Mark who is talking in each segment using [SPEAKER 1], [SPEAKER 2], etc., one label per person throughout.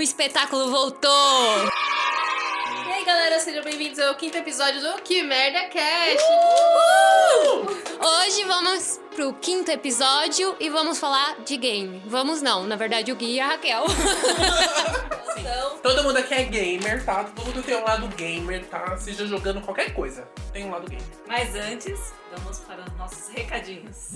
[SPEAKER 1] espetáculo voltou!
[SPEAKER 2] E aí, galera, sejam bem-vindos ao quinto episódio do Que Merda Cast.
[SPEAKER 1] Hoje vamos pro quinto episódio e vamos falar de game. Vamos não, na verdade o Gui e a Raquel.
[SPEAKER 2] Então,
[SPEAKER 3] Todo mundo aqui é gamer, tá? Todo mundo tem um lado gamer, tá? Seja jogando qualquer coisa, tem um lado gamer.
[SPEAKER 4] Mas antes, vamos para os nossos recadinhos.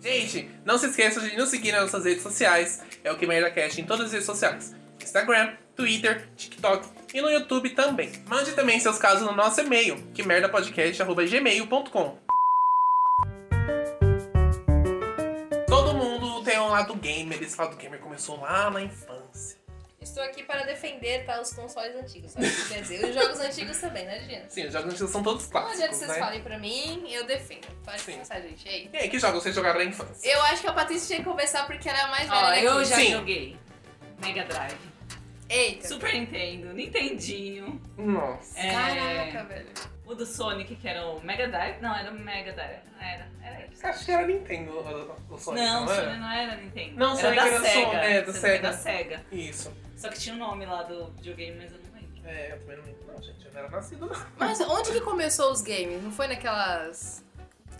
[SPEAKER 3] Gente, não se esqueçam de nos seguir nas nossas redes sociais. É o que Merda Cast em todas as redes sociais. Instagram, Twitter, TikTok e no YouTube também. Mande também seus casos no nosso e-mail, que merdapodcast.gmail.com Todo mundo tem um lado gamer. Esse lado gamer começou lá na infância.
[SPEAKER 2] estou aqui para defender, tá, os consoles antigos, sabe? Quer dizer, os jogos antigos também, não adianta.
[SPEAKER 3] Sim, os jogos antigos são todos
[SPEAKER 2] Não adianta
[SPEAKER 3] clássicos,
[SPEAKER 2] vocês
[SPEAKER 3] né?
[SPEAKER 2] falem pra mim, eu defendo. Pode
[SPEAKER 3] Sim.
[SPEAKER 2] começar, gente, e aí?
[SPEAKER 3] E aí, que jogos vocês jogaram na infância?
[SPEAKER 2] Eu acho que a Patrícia tinha que conversar porque ela é a mais velha
[SPEAKER 4] Ó,
[SPEAKER 2] daqui.
[SPEAKER 4] eu já
[SPEAKER 3] Sim.
[SPEAKER 4] joguei Mega Drive,
[SPEAKER 2] Eita.
[SPEAKER 4] Super Nintendo, Nintendinho,
[SPEAKER 3] Nossa.
[SPEAKER 4] é,
[SPEAKER 2] Caraca, velho.
[SPEAKER 4] o do Sonic que era o Mega Drive, não, era o Mega Drive, era, era isso.
[SPEAKER 3] É, Acho que era Nintendo o- o- o Sonic,
[SPEAKER 4] não, né?
[SPEAKER 3] não,
[SPEAKER 4] o
[SPEAKER 3] era?
[SPEAKER 4] Sonic não era Nintendo.
[SPEAKER 3] Não,
[SPEAKER 4] era
[SPEAKER 3] Sonic
[SPEAKER 4] da
[SPEAKER 3] era
[SPEAKER 4] Sega.
[SPEAKER 3] Sonic, é, do
[SPEAKER 4] Sonic era
[SPEAKER 3] Sega.
[SPEAKER 4] da Sega.
[SPEAKER 3] Isso.
[SPEAKER 4] Só que tinha o nome lá do videogame, mas eu não lembro.
[SPEAKER 3] É, eu também não lembro. Não, gente, eu não era nascido, né? não.
[SPEAKER 2] Mas onde que começou os games? Não foi naquelas...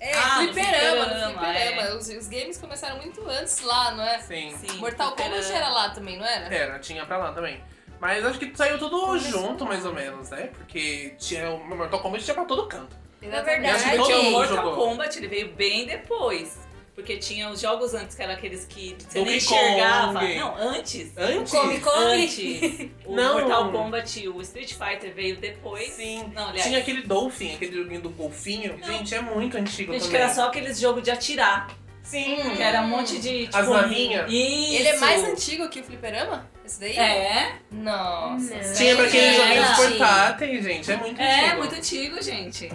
[SPEAKER 2] É,
[SPEAKER 4] Ah, no
[SPEAKER 2] fliperama, no
[SPEAKER 4] fliperama,
[SPEAKER 2] fliperama.
[SPEAKER 4] é.
[SPEAKER 2] Os, os games começaram muito antes lá, não é?
[SPEAKER 3] Sim.
[SPEAKER 4] Sim, É.
[SPEAKER 2] Mortal
[SPEAKER 4] porque
[SPEAKER 2] Kombat era lá também, não era?
[SPEAKER 3] Era, tinha pra lá também. Mas acho que saiu tudo
[SPEAKER 2] Começou
[SPEAKER 3] junto,
[SPEAKER 2] lá.
[SPEAKER 3] mais ou menos, né? Porque tinha o Mortal Kombat tinha pra todo canto.
[SPEAKER 4] Na
[SPEAKER 3] Acho que
[SPEAKER 4] verdade,
[SPEAKER 3] todo
[SPEAKER 4] o
[SPEAKER 3] mundo
[SPEAKER 4] Mortal
[SPEAKER 3] jogou.
[SPEAKER 4] Kombat ele veio bem depois. Porque tinha os jogos antes, que eram aqueles que você
[SPEAKER 3] Donkey
[SPEAKER 4] nem enxergava.
[SPEAKER 3] Kong.
[SPEAKER 4] Não, antes.
[SPEAKER 3] Antes?
[SPEAKER 4] Antes. O
[SPEAKER 3] Não.
[SPEAKER 4] Mortal Kombat, o Street Fighter veio depois.
[SPEAKER 3] Sim.
[SPEAKER 4] Não, aliás.
[SPEAKER 3] Tinha aquele Dolphin, aquele joguinho do golfinho. Gente, é muito antigo
[SPEAKER 4] Gente, que
[SPEAKER 3] também.
[SPEAKER 4] era só aqueles jogos de atirar.
[SPEAKER 3] Sim.
[SPEAKER 4] Que era um monte de. Tipo,
[SPEAKER 3] As navinhas?
[SPEAKER 4] Isso.
[SPEAKER 2] Ele é mais antigo que o fliperama? Esse daí?
[SPEAKER 4] É,
[SPEAKER 2] Nossa.
[SPEAKER 1] Não.
[SPEAKER 3] Tinha pra aquele
[SPEAKER 4] É,
[SPEAKER 3] joguinho de
[SPEAKER 4] era.
[SPEAKER 3] portáteis, gente. É muito antigo.
[SPEAKER 4] é muito antigo, gente.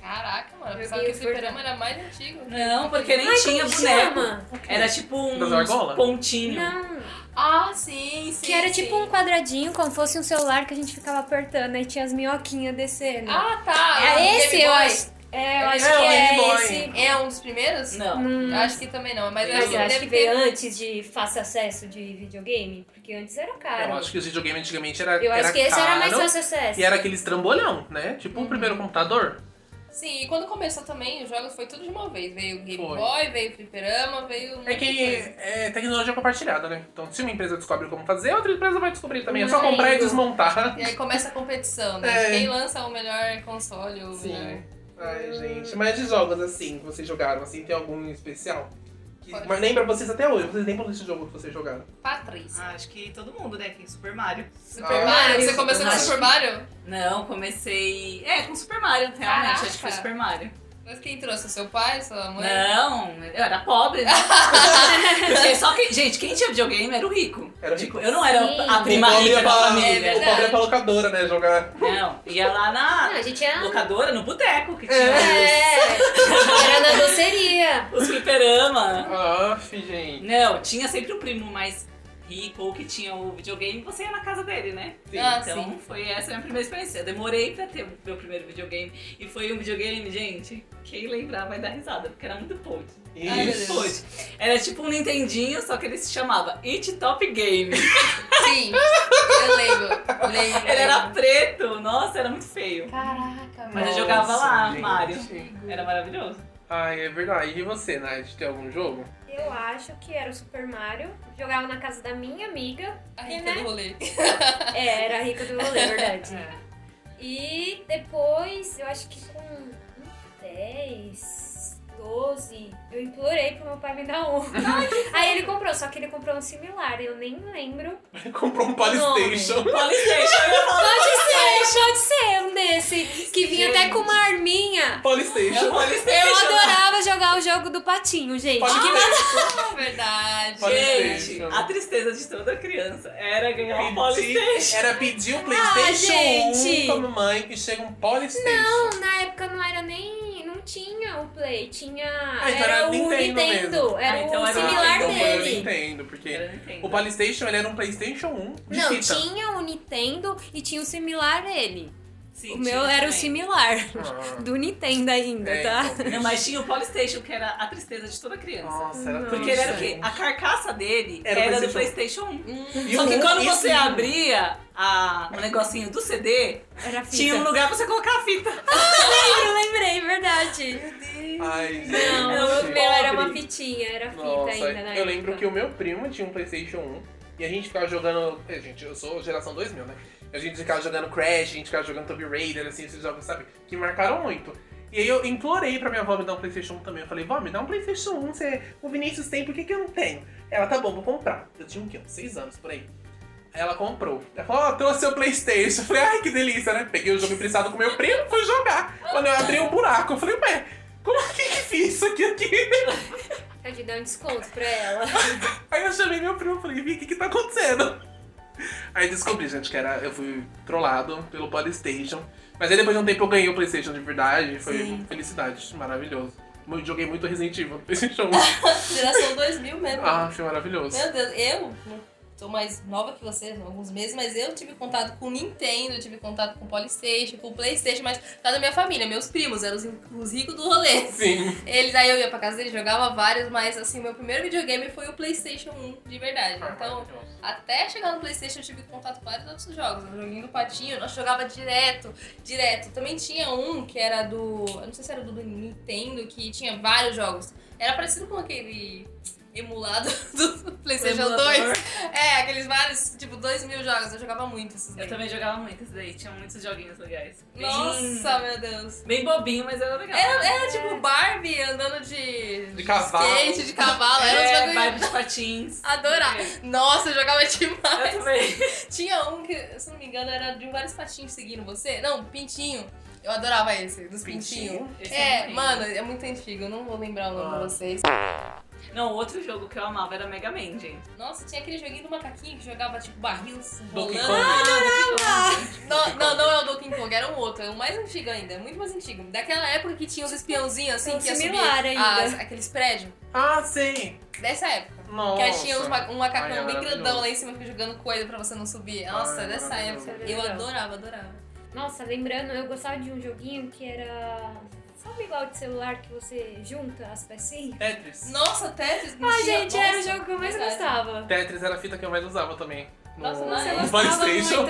[SPEAKER 2] Caraca, mano. Eu
[SPEAKER 5] Eu
[SPEAKER 2] pensava
[SPEAKER 5] vi
[SPEAKER 2] que o
[SPEAKER 5] o
[SPEAKER 2] fliperama era mais antigo.
[SPEAKER 4] Não, porque nem
[SPEAKER 5] Ai,
[SPEAKER 4] tinha
[SPEAKER 5] como
[SPEAKER 4] boneco.
[SPEAKER 5] chama?
[SPEAKER 4] Era tipo
[SPEAKER 3] Das
[SPEAKER 4] um
[SPEAKER 3] argolas?
[SPEAKER 4] pontinho.
[SPEAKER 5] Não,
[SPEAKER 2] Ah, sim, sim.
[SPEAKER 5] que era
[SPEAKER 2] sim.
[SPEAKER 5] tipo um quadradinho, como fosse um celular que a gente ficava apertando e tinha as minhoquinhas descendo.
[SPEAKER 2] Ah, tá.
[SPEAKER 5] é
[SPEAKER 2] Game
[SPEAKER 5] esse, eu
[SPEAKER 2] Boy.
[SPEAKER 5] acho. É, eu
[SPEAKER 2] É,
[SPEAKER 5] acho
[SPEAKER 3] o
[SPEAKER 5] que é
[SPEAKER 3] Game Boy.
[SPEAKER 5] esse.
[SPEAKER 2] É um dos primeiros?
[SPEAKER 4] Não.
[SPEAKER 5] Hum,
[SPEAKER 2] Acho que também não, mas,
[SPEAKER 5] mas eu acho que
[SPEAKER 2] deve
[SPEAKER 5] veio
[SPEAKER 2] ter.
[SPEAKER 5] antes de fácil acesso de videogame, porque antes era caro.
[SPEAKER 3] Eu acho que os videogames antigamente era
[SPEAKER 5] Eu acho
[SPEAKER 3] era
[SPEAKER 5] que esse era mais
[SPEAKER 3] caro,
[SPEAKER 5] fácil acesso.
[SPEAKER 3] E era aqueles trambolhão, né? Tipo o primeiro computador.
[SPEAKER 2] Sim, e quando começou também, os jogos foi tudo de uma vez. Veio o Game
[SPEAKER 3] Foi.
[SPEAKER 2] Boy, veio o fliperama, veio... um monte
[SPEAKER 3] É
[SPEAKER 2] de
[SPEAKER 3] que
[SPEAKER 2] coisa.
[SPEAKER 3] é tecnologia compartilhada, né? Então, se uma empresa descobre como fazer, a outra empresa vai descobrir também. É só
[SPEAKER 5] Não é
[SPEAKER 3] comprar e
[SPEAKER 5] isso.
[SPEAKER 3] desmontar.
[SPEAKER 2] E aí começa a competição, né?
[SPEAKER 3] É.
[SPEAKER 2] Quem lança o melhor console, o melhor...
[SPEAKER 3] Sim. Ai, gente. Mas de jogos assim que vocês jogaram, assim, tem algum em especial? Que-
[SPEAKER 2] Pode.
[SPEAKER 3] mas nem pra vocês até hoje, vocês lembram desse jogo que vocês jogaram.
[SPEAKER 2] Patrícia.
[SPEAKER 4] Ah, acho que todo mundo, né? Que Super Mario.
[SPEAKER 2] Super
[SPEAKER 3] Ah,
[SPEAKER 2] Mario? Você
[SPEAKER 3] Super
[SPEAKER 2] começou com
[SPEAKER 4] Mario.
[SPEAKER 2] Super Mario?
[SPEAKER 4] Não, comecei. É, com Super Mario, realmente.
[SPEAKER 2] Caraca.
[SPEAKER 4] Acho que foi Super Mario.
[SPEAKER 2] Mas quem trouxe? Seu pai, sua mãe?
[SPEAKER 4] Não, é? eu era pobre, né? Porque só que, gente, quem tinha videogame era o rico.
[SPEAKER 3] Era
[SPEAKER 4] Tipo,
[SPEAKER 3] rico.
[SPEAKER 4] eu não era
[SPEAKER 5] Sim.
[SPEAKER 4] a prima
[SPEAKER 3] O pobre
[SPEAKER 4] rica
[SPEAKER 3] ia
[SPEAKER 4] da
[SPEAKER 3] pra-
[SPEAKER 4] família.
[SPEAKER 2] É
[SPEAKER 3] O pobre é
[SPEAKER 2] verdade.
[SPEAKER 3] pra locadora, né? Jogar.
[SPEAKER 4] Não, ia lá
[SPEAKER 5] Não,
[SPEAKER 2] Ah,
[SPEAKER 5] a
[SPEAKER 4] na
[SPEAKER 5] gente era.
[SPEAKER 4] locadora, no boteco, que tinha
[SPEAKER 5] É, era na doceria.
[SPEAKER 4] os fliperama.
[SPEAKER 3] Aff, gente.
[SPEAKER 4] Não, tinha sempre o primo mais rico ou que tinha o videogame, você ia na casa dele, né?
[SPEAKER 3] Sim.
[SPEAKER 2] Ah,
[SPEAKER 4] então
[SPEAKER 2] sim.
[SPEAKER 4] foi essa a minha primeira experiência. Eu demorei pra ter o meu primeiro videogame. E foi um videogame, gente, quem lembrar vai dar risada, porque era muito podre.
[SPEAKER 2] Ai, meu Deus.
[SPEAKER 3] Isso.
[SPEAKER 4] Pode. Era tipo um Nintendinho, só que ele se chamava It Top Game.
[SPEAKER 2] Sim, eu lembro. lembro.
[SPEAKER 4] Ele era preto, nossa, era muito feio.
[SPEAKER 2] Caraca,
[SPEAKER 4] Mas
[SPEAKER 2] mano.
[SPEAKER 4] eu jogava lá,
[SPEAKER 3] gente.
[SPEAKER 4] Mario. Era maravilhoso.
[SPEAKER 3] Ai, é verdade. E você, Nath, tem algum jogo?
[SPEAKER 5] Eu acho que era o Super Mario. Jogava na casa da minha amiga.
[SPEAKER 2] A rica do rolê.
[SPEAKER 5] É, era a rica do rolê, verdade. E depois, eu acho que com uns 10, 12, eu implorei pro meu pai me dar um. Aí ele comprou, só que ele comprou um similar, eu nem lembro.
[SPEAKER 3] Comprou um Polystation.
[SPEAKER 2] é?
[SPEAKER 4] Playstation, eu ia falar.
[SPEAKER 5] Pode ser, pode ser um desse, que vinha até com uma arminha.
[SPEAKER 3] Polystation.
[SPEAKER 5] Eu
[SPEAKER 4] Playstation.
[SPEAKER 5] adorava jogar o jogo do patinho, gente.
[SPEAKER 3] Pode
[SPEAKER 5] Que
[SPEAKER 2] É verdade.
[SPEAKER 3] Pode- então.
[SPEAKER 4] Gente,
[SPEAKER 3] Playstation.
[SPEAKER 4] a tristeza de toda criança era ganhar um
[SPEAKER 3] Pedir-
[SPEAKER 4] Playstation.
[SPEAKER 3] Era pedir o Playstation
[SPEAKER 5] Ah,
[SPEAKER 3] 1
[SPEAKER 5] gente.
[SPEAKER 3] pra mamãe que chega um Polystation.
[SPEAKER 5] Não, na época não era nem. Não tinha o Play, tinha.
[SPEAKER 3] Ah, então
[SPEAKER 5] era,
[SPEAKER 3] era
[SPEAKER 5] o
[SPEAKER 3] Nintendo
[SPEAKER 5] Nintendo.
[SPEAKER 3] mesmo.
[SPEAKER 5] Era
[SPEAKER 4] Ah, então
[SPEAKER 5] o
[SPEAKER 4] era o
[SPEAKER 5] similar
[SPEAKER 3] então foi o
[SPEAKER 5] dele.
[SPEAKER 3] Nintendo, porque
[SPEAKER 4] Era Nintendo.
[SPEAKER 3] o Polystation ele era um Playstation 1 de
[SPEAKER 5] Não,
[SPEAKER 3] fita.
[SPEAKER 5] tinha o Nintendo e tinha o similar dele.
[SPEAKER 4] Sim,
[SPEAKER 1] o
[SPEAKER 4] tinha
[SPEAKER 1] meu era o
[SPEAKER 4] também.
[SPEAKER 1] similar.
[SPEAKER 3] Ah.
[SPEAKER 1] Do Nintendo ainda,
[SPEAKER 3] É,
[SPEAKER 1] tá?
[SPEAKER 3] então,
[SPEAKER 4] Não, mas tinha o Polystation, que era a tristeza de toda criança.
[SPEAKER 3] Nossa, era
[SPEAKER 1] Nossa.
[SPEAKER 3] triste.
[SPEAKER 4] Porque ele era o quê? A carcaça dele
[SPEAKER 3] Era
[SPEAKER 4] era,
[SPEAKER 3] o
[SPEAKER 4] do PlayStation 1.
[SPEAKER 3] E
[SPEAKER 4] Só
[SPEAKER 3] o
[SPEAKER 4] que
[SPEAKER 3] um-
[SPEAKER 4] quando
[SPEAKER 3] e
[SPEAKER 4] você
[SPEAKER 3] sim.
[SPEAKER 4] abria a, o negocinho do CD,
[SPEAKER 1] Era fita.
[SPEAKER 4] tinha um lugar pra você colocar a fita.
[SPEAKER 5] Ai, eu lembrei, verdade.
[SPEAKER 3] Ai, gente.
[SPEAKER 5] Não, o meu era uma
[SPEAKER 4] Pobre.
[SPEAKER 5] fitinha, era fita
[SPEAKER 3] Nossa,
[SPEAKER 5] ainda na
[SPEAKER 3] eu lembro
[SPEAKER 5] época.
[SPEAKER 3] que o meu primo tinha um Playstation 1 e a gente ficava jogando. é, Gente, eu sou geração 2000, né? A gente ficava jogando Crash, a gente ficava jogando Tomb Raider, assim, esses jogos, sabe? Que marcaram muito. E aí eu implorei pra minha avó me dar um Playstation 1 também. Eu falei, vó, me dá um Playstation 1, você... o Vinícius tem, por que, que eu não tenho? Ela, tá bom, vou comprar. Eu tinha o quê? Uns 6 anos, por aí. Aí Ela comprou. Ela falou, ó, trouxe seu Playstation. Eu falei, ai, que delícia, né? Peguei o jogo emprestado com meu primo, fui jogar. Quando eu abri um buraco, eu falei, ué, como é que que fiz isso aqui? aqui?
[SPEAKER 5] Tem que dar um desconto pra ela.
[SPEAKER 3] Aí eu chamei meu primo e falei, Vi, o que, que tá acontecendo? Aí descobri, gente, que era. Eu fui trollado pelo Polystation. Mas aí depois de um tempo eu ganhei o Playstation de verdade. Foi
[SPEAKER 4] Sim.
[SPEAKER 3] felicidade, maravilhoso. Mu- Joguei muito Resident Evil no Playstation 1.
[SPEAKER 2] Geração 2000 mesmo.
[SPEAKER 3] ah, foi maravilhoso.
[SPEAKER 2] Meu Deus, Ah, é eu não sou mais nova que vocês, alguns meses, mas eu tive contato com o Nintendo, eu tive contato com o Polystation, com o Playstation, mas tá da minha família, meus primos, eram os, os ricos do rolê.
[SPEAKER 3] Sim.
[SPEAKER 2] Eles, aí eu ia pra casa deles, jogava vários, mas assim, meu primeiro videogame foi o Playstation 1, de verdade.
[SPEAKER 3] Ah,
[SPEAKER 2] Então, até chegar no Playstation eu tive contato com vários outros jogos. O joguinho do Patinho, nós jogava direto, direto. Também tinha um que era do. Eu não sei se era do Nintendo, que tinha vários jogos. Era parecido com aquele emulado do Playstation 2. É, aqueles vários, tipo, dois mil jogos. Eu jogava muito esses
[SPEAKER 4] Eu
[SPEAKER 2] daí.
[SPEAKER 4] também jogava muito isso daí, tinha muitos joguinhos legais. Bem-
[SPEAKER 2] Nossa, meu Deus.
[SPEAKER 4] Bem bobinho, mas era legal.
[SPEAKER 2] Era, era tipo Barbie andando de,
[SPEAKER 3] De cavalo.
[SPEAKER 2] skate, de cavalo. Era uns
[SPEAKER 4] é,
[SPEAKER 2] bagulho-
[SPEAKER 4] vibe de patins.
[SPEAKER 2] Adorar. Nossa, eu jogava demais.
[SPEAKER 4] Eu também.
[SPEAKER 2] Tinha um que, se não me engano, era de vários patinhos seguindo você. Não, pintinho. Eu adorava esse, dos pintinhos.
[SPEAKER 3] um.
[SPEAKER 4] Esse um. eu
[SPEAKER 2] É,
[SPEAKER 4] não
[SPEAKER 2] mano, é muito antigo, eu não vou lembrar o nome
[SPEAKER 3] Ah.
[SPEAKER 2] de vocês.
[SPEAKER 4] lembro. Não, outro jogo que eu amava era Mega Man, gente.
[SPEAKER 2] Nossa, tinha aquele joguinho do macaquinho que jogava tipo barril se
[SPEAKER 3] Donkey
[SPEAKER 2] bolando.
[SPEAKER 4] Ah,
[SPEAKER 3] Kong.
[SPEAKER 2] Não, não, não é o Donkey Kong, era um outro, é um mais antigo ainda, muito mais antigo. Daquela época que tinha os espiãozinhos assim,
[SPEAKER 5] é um
[SPEAKER 2] que ia subir
[SPEAKER 5] similar ainda.
[SPEAKER 2] as- aqueles prédios.
[SPEAKER 3] Ah, sim.
[SPEAKER 2] Dessa época.
[SPEAKER 3] Nossa.
[SPEAKER 2] Que aí tinha uns ma- um
[SPEAKER 3] Ai, era
[SPEAKER 2] macacão bem grandão
[SPEAKER 3] maravilhoso.
[SPEAKER 2] lá em cima que jogando coisa pra você não subir.
[SPEAKER 3] Ai,
[SPEAKER 2] Nossa,
[SPEAKER 3] era
[SPEAKER 2] dessa
[SPEAKER 3] maravilhoso.
[SPEAKER 2] época. Eu adorava, adorava.
[SPEAKER 5] Nossa, lembrando, eu gostava de um joguinho que era. Sabe igual de celular que você junta as pecinhas?
[SPEAKER 3] Tetris.
[SPEAKER 2] Nossa, Tetris. não
[SPEAKER 5] Ah,
[SPEAKER 2] tinha-
[SPEAKER 5] gente, era o
[SPEAKER 2] nossa,
[SPEAKER 5] jogo que eu mais
[SPEAKER 2] verdade.
[SPEAKER 5] gostava.
[SPEAKER 3] Tetris era a fita que eu mais usava também. No,
[SPEAKER 2] Nossa, nossa, eu
[SPEAKER 3] no
[SPEAKER 5] gostava
[SPEAKER 3] Playstation.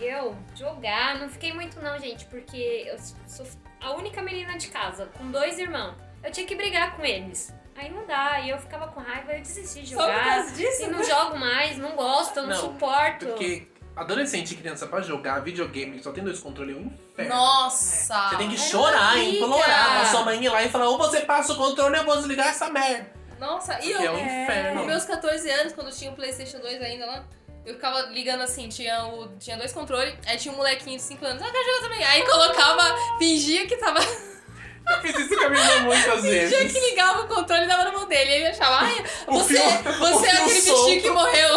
[SPEAKER 5] Eu jogar, não fiquei muito não, gente, porque eu sou a única menina de casa, com dois irmãos. Eu tinha que brigar com eles. Aí não dá, e eu ficava com raiva, eu desisti de
[SPEAKER 2] Só por
[SPEAKER 5] jogar.
[SPEAKER 2] causa disso?
[SPEAKER 5] E não jogo mais, não gosto, eu não,
[SPEAKER 3] Não,
[SPEAKER 5] suporto.
[SPEAKER 3] Porque adolescente e criança pra jogar videogame que só tem dois controles é um inferno.
[SPEAKER 2] Nossa!
[SPEAKER 3] Você tem que
[SPEAKER 5] Era
[SPEAKER 3] chorar,
[SPEAKER 5] uma
[SPEAKER 3] implorar
[SPEAKER 5] briga.
[SPEAKER 3] pra sua mãe ir lá e falar: ou você passa o controle ou eu vou desligar essa merda.
[SPEAKER 2] Nossa, e
[SPEAKER 3] Porque é um
[SPEAKER 2] eu,
[SPEAKER 3] inferno.
[SPEAKER 2] com meus 14 anos, quando tinha o PlayStation 2 ainda lá, eu ficava ligando assim, tinha, o, tinha dois controles, aí tinha um molequinho de 5 anos, ah, quero jogar também. Aí colocava, fingia que tava.
[SPEAKER 3] Eu fiz isso com a minha irmã muitas
[SPEAKER 2] Fingia que
[SPEAKER 3] vezes.
[SPEAKER 2] ligava o controle e dava na mão dele. Aí ele achava, ai,
[SPEAKER 3] É O
[SPEAKER 2] você,
[SPEAKER 3] fio- o
[SPEAKER 2] você é
[SPEAKER 3] fio
[SPEAKER 2] aquele
[SPEAKER 3] solto.
[SPEAKER 2] bichinho que morreu.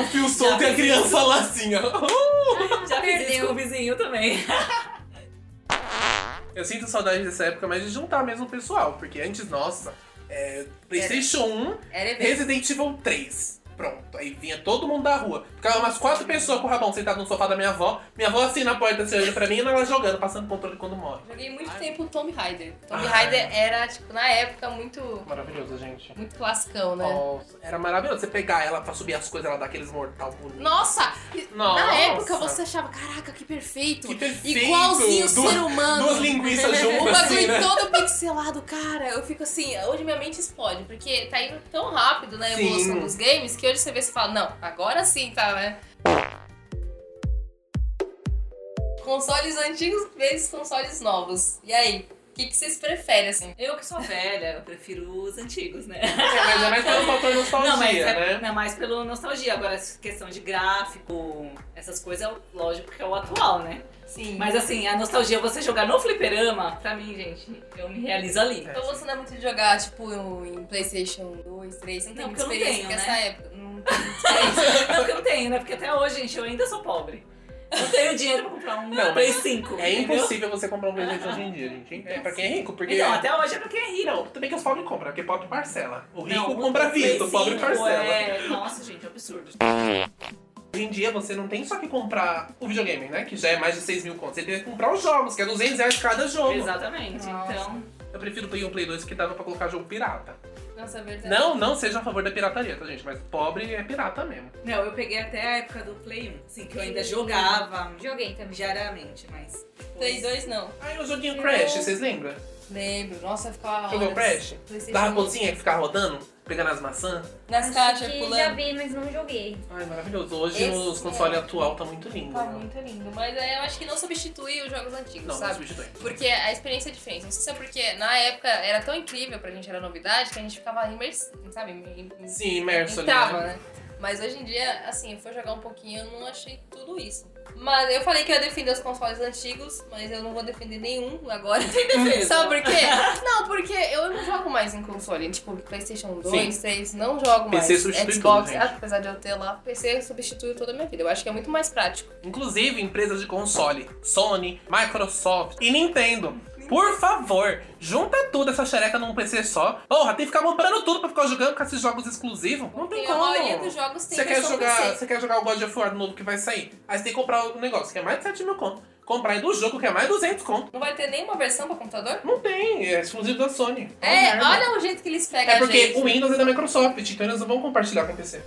[SPEAKER 3] O fio solto e a criança lá assim, ó.
[SPEAKER 4] Já fiz isso
[SPEAKER 5] Perdeu.
[SPEAKER 4] com o vizinho também.
[SPEAKER 3] Eu sinto saudade dessa época, mas de juntar mesmo o pessoal, porque antes, nossa, é, PlayStation 1,
[SPEAKER 2] Era evento.
[SPEAKER 3] Resident Evil 3. Pronto, aí vinha todo mundo da rua. Ficava umas quatro pessoas com o rabão sentado no sofá da minha avó. Minha avó assim na porta, assim, olhando pra mim e ela jogando, passando controle quando morre.
[SPEAKER 2] Joguei muito tempo o Tomb Raider. Tomb
[SPEAKER 3] Ah.
[SPEAKER 2] Raider era, tipo, na época, muito,
[SPEAKER 3] Maravilhoso, gente.
[SPEAKER 2] muito classicão, né?
[SPEAKER 3] Nossa, era maravilhoso. Você pegar ela pra subir as coisas, ela dá aqueles mortal bonitos.
[SPEAKER 2] Nossa,
[SPEAKER 3] Nossa.
[SPEAKER 2] na época Ah, é? você achava, caraca, que perfeito.
[SPEAKER 3] Que perfeito.
[SPEAKER 2] Igualzinho o
[SPEAKER 3] Duas-
[SPEAKER 2] ser humano.
[SPEAKER 3] Duas linguiças
[SPEAKER 2] O
[SPEAKER 3] juntas,
[SPEAKER 2] bagulho
[SPEAKER 3] assim, né?
[SPEAKER 2] todo pixelado, cara. Eu fico assim, hoje minha mente explode, porque tá indo tão rápido na
[SPEAKER 3] Sim.
[SPEAKER 2] evolução dos games que hoje você vê e você fala, não, agora sim tá, né? Consoles antigos vezes consoles novos. E aí? O que, que vocês preferem, assim?
[SPEAKER 4] Eu que sou velha, eu prefiro os antigos, né?
[SPEAKER 3] É, mas é mais pelo fator nostalgia,
[SPEAKER 4] não, mas
[SPEAKER 3] né?
[SPEAKER 4] é, não, é mais pelo nostalgia. Agora, essa questão de gráfico, essas coisas, lógico que é o atual, né?
[SPEAKER 2] Sim.
[SPEAKER 4] Mas assim, a nostalgia, você jogar no fliperama, pra mim, gente, eu me realizo ali.
[SPEAKER 2] Então você não é muito de jogar, tipo, em Playstation 2, 3, você não tem
[SPEAKER 4] Não,
[SPEAKER 2] muita
[SPEAKER 4] porque eu não
[SPEAKER 2] experiência
[SPEAKER 4] tenho,
[SPEAKER 2] nessa
[SPEAKER 4] né?
[SPEAKER 2] época. Não
[SPEAKER 4] É Não que eu não tenho, né? Porque até hoje, gente, eu ainda sou pobre. Não tenho dinheiro pra comprar um
[SPEAKER 3] Não,
[SPEAKER 4] Play
[SPEAKER 3] mas
[SPEAKER 4] Então, 5.
[SPEAKER 3] É
[SPEAKER 4] entendeu?
[SPEAKER 3] impossível você comprar um presente hoje em dia, gente. É pra quem é rico, porque.
[SPEAKER 4] Então, até hoje é pra quem é rico.
[SPEAKER 3] Não, tudo bem que os pobres compram, porque pobre parcela. O rico
[SPEAKER 4] Não,
[SPEAKER 3] compra
[SPEAKER 4] Play
[SPEAKER 3] visto, o pobre
[SPEAKER 4] 5
[SPEAKER 3] parcela.
[SPEAKER 4] É... Nossa, gente, é um absurdo.
[SPEAKER 3] Hoje em dia você não tem só que comprar o videogame, né? Que já é mais de 6 mil contos. Você tem que comprar os jogos, que é 200 reais cada jogo.
[SPEAKER 4] Exatamente.
[SPEAKER 2] Nossa.
[SPEAKER 4] Então,
[SPEAKER 3] Eu prefiro o Play 1 Play 2 que dava pra colocar jogo pirata.
[SPEAKER 2] Nossa, é verdade.
[SPEAKER 3] Não, não seja a favor da pirataria, tá, gente? Mas pobre é pirata mesmo.
[SPEAKER 4] não, eu peguei até a época do Play 1, assim, que eu ainda jogava
[SPEAKER 5] Joguei também.
[SPEAKER 4] diariamente, mas. depois-
[SPEAKER 2] Play 2 não.
[SPEAKER 3] Aí o joguinho Crash, vocês lembram?
[SPEAKER 2] Lembro. Nossa, eu ficava.
[SPEAKER 3] Jogou
[SPEAKER 2] horas.
[SPEAKER 3] Crash?
[SPEAKER 2] PlayStation
[SPEAKER 3] Da
[SPEAKER 2] um.
[SPEAKER 3] raposinha que ficava rodando, pegando as maçãs.
[SPEAKER 2] Nas
[SPEAKER 5] Acho
[SPEAKER 2] caixas,
[SPEAKER 5] que
[SPEAKER 2] pulando.
[SPEAKER 5] já vi, mas não joguei.
[SPEAKER 3] Ai, maravilhoso. Hoje
[SPEAKER 2] Esse
[SPEAKER 3] os
[SPEAKER 2] é.
[SPEAKER 3] consoles atual tá muito lindo.
[SPEAKER 2] Tá
[SPEAKER 3] né?
[SPEAKER 2] muito lindo. Mas é, eu acho que não substitui os jogos antigos,
[SPEAKER 3] Não, não
[SPEAKER 2] sabe?
[SPEAKER 3] substitui.
[SPEAKER 2] Porque a experiência é diferente. Não sei se é porque na época era tão incrível pra gente, era novidade, que a gente ficava imersivo, sabe? Em- em-
[SPEAKER 3] Sim, imerso ali.
[SPEAKER 2] Entrava,
[SPEAKER 3] né?
[SPEAKER 2] né? Mas hoje em dia, assim, eu fui jogar um pouquinho, eu não achei tudo isso. Mas eu falei que eu ia defender os consoles antigos, mas eu não vou defender nenhum agora. Sabe por quê? Não, porque eu não jogo mais em console. Tipo, Playstation 2,
[SPEAKER 3] Sim.
[SPEAKER 2] 6, não jogo
[SPEAKER 3] PC
[SPEAKER 2] mais.
[SPEAKER 3] substitui
[SPEAKER 2] Xbox,
[SPEAKER 3] tudo, gente.
[SPEAKER 2] apesar de eu ter lá, PC substitui toda a minha vida. Eu acho que é muito mais prático.
[SPEAKER 3] Inclusive empresas de console, Sony, Microsoft e Nintendo. Por favor, junta tudo essa xereca num PC só. Porra, tem que ficar comprando tudo pra ficar jogando com esses jogos exclusivos. Não tem
[SPEAKER 2] Porque
[SPEAKER 3] como.
[SPEAKER 2] a maioria dos jogos tem
[SPEAKER 3] Você quer,
[SPEAKER 2] versão
[SPEAKER 3] jogar,
[SPEAKER 2] PC.
[SPEAKER 3] você quer jogar o God of War novo que vai sair? Aí você tem que comprar o negócio que é mais de 7 mil conto. Comprar ainda o jogo que é mais 200 conto.
[SPEAKER 2] Não vai ter nenhuma versão pra computador?
[SPEAKER 3] Não tem, é exclusivo da Sony. Uma
[SPEAKER 2] É,
[SPEAKER 3] merda.
[SPEAKER 2] olha o jeito que eles pegam
[SPEAKER 3] É porque
[SPEAKER 2] a gente.
[SPEAKER 3] o Windows é da Microsoft, então eles não vão compartilhar com o PC.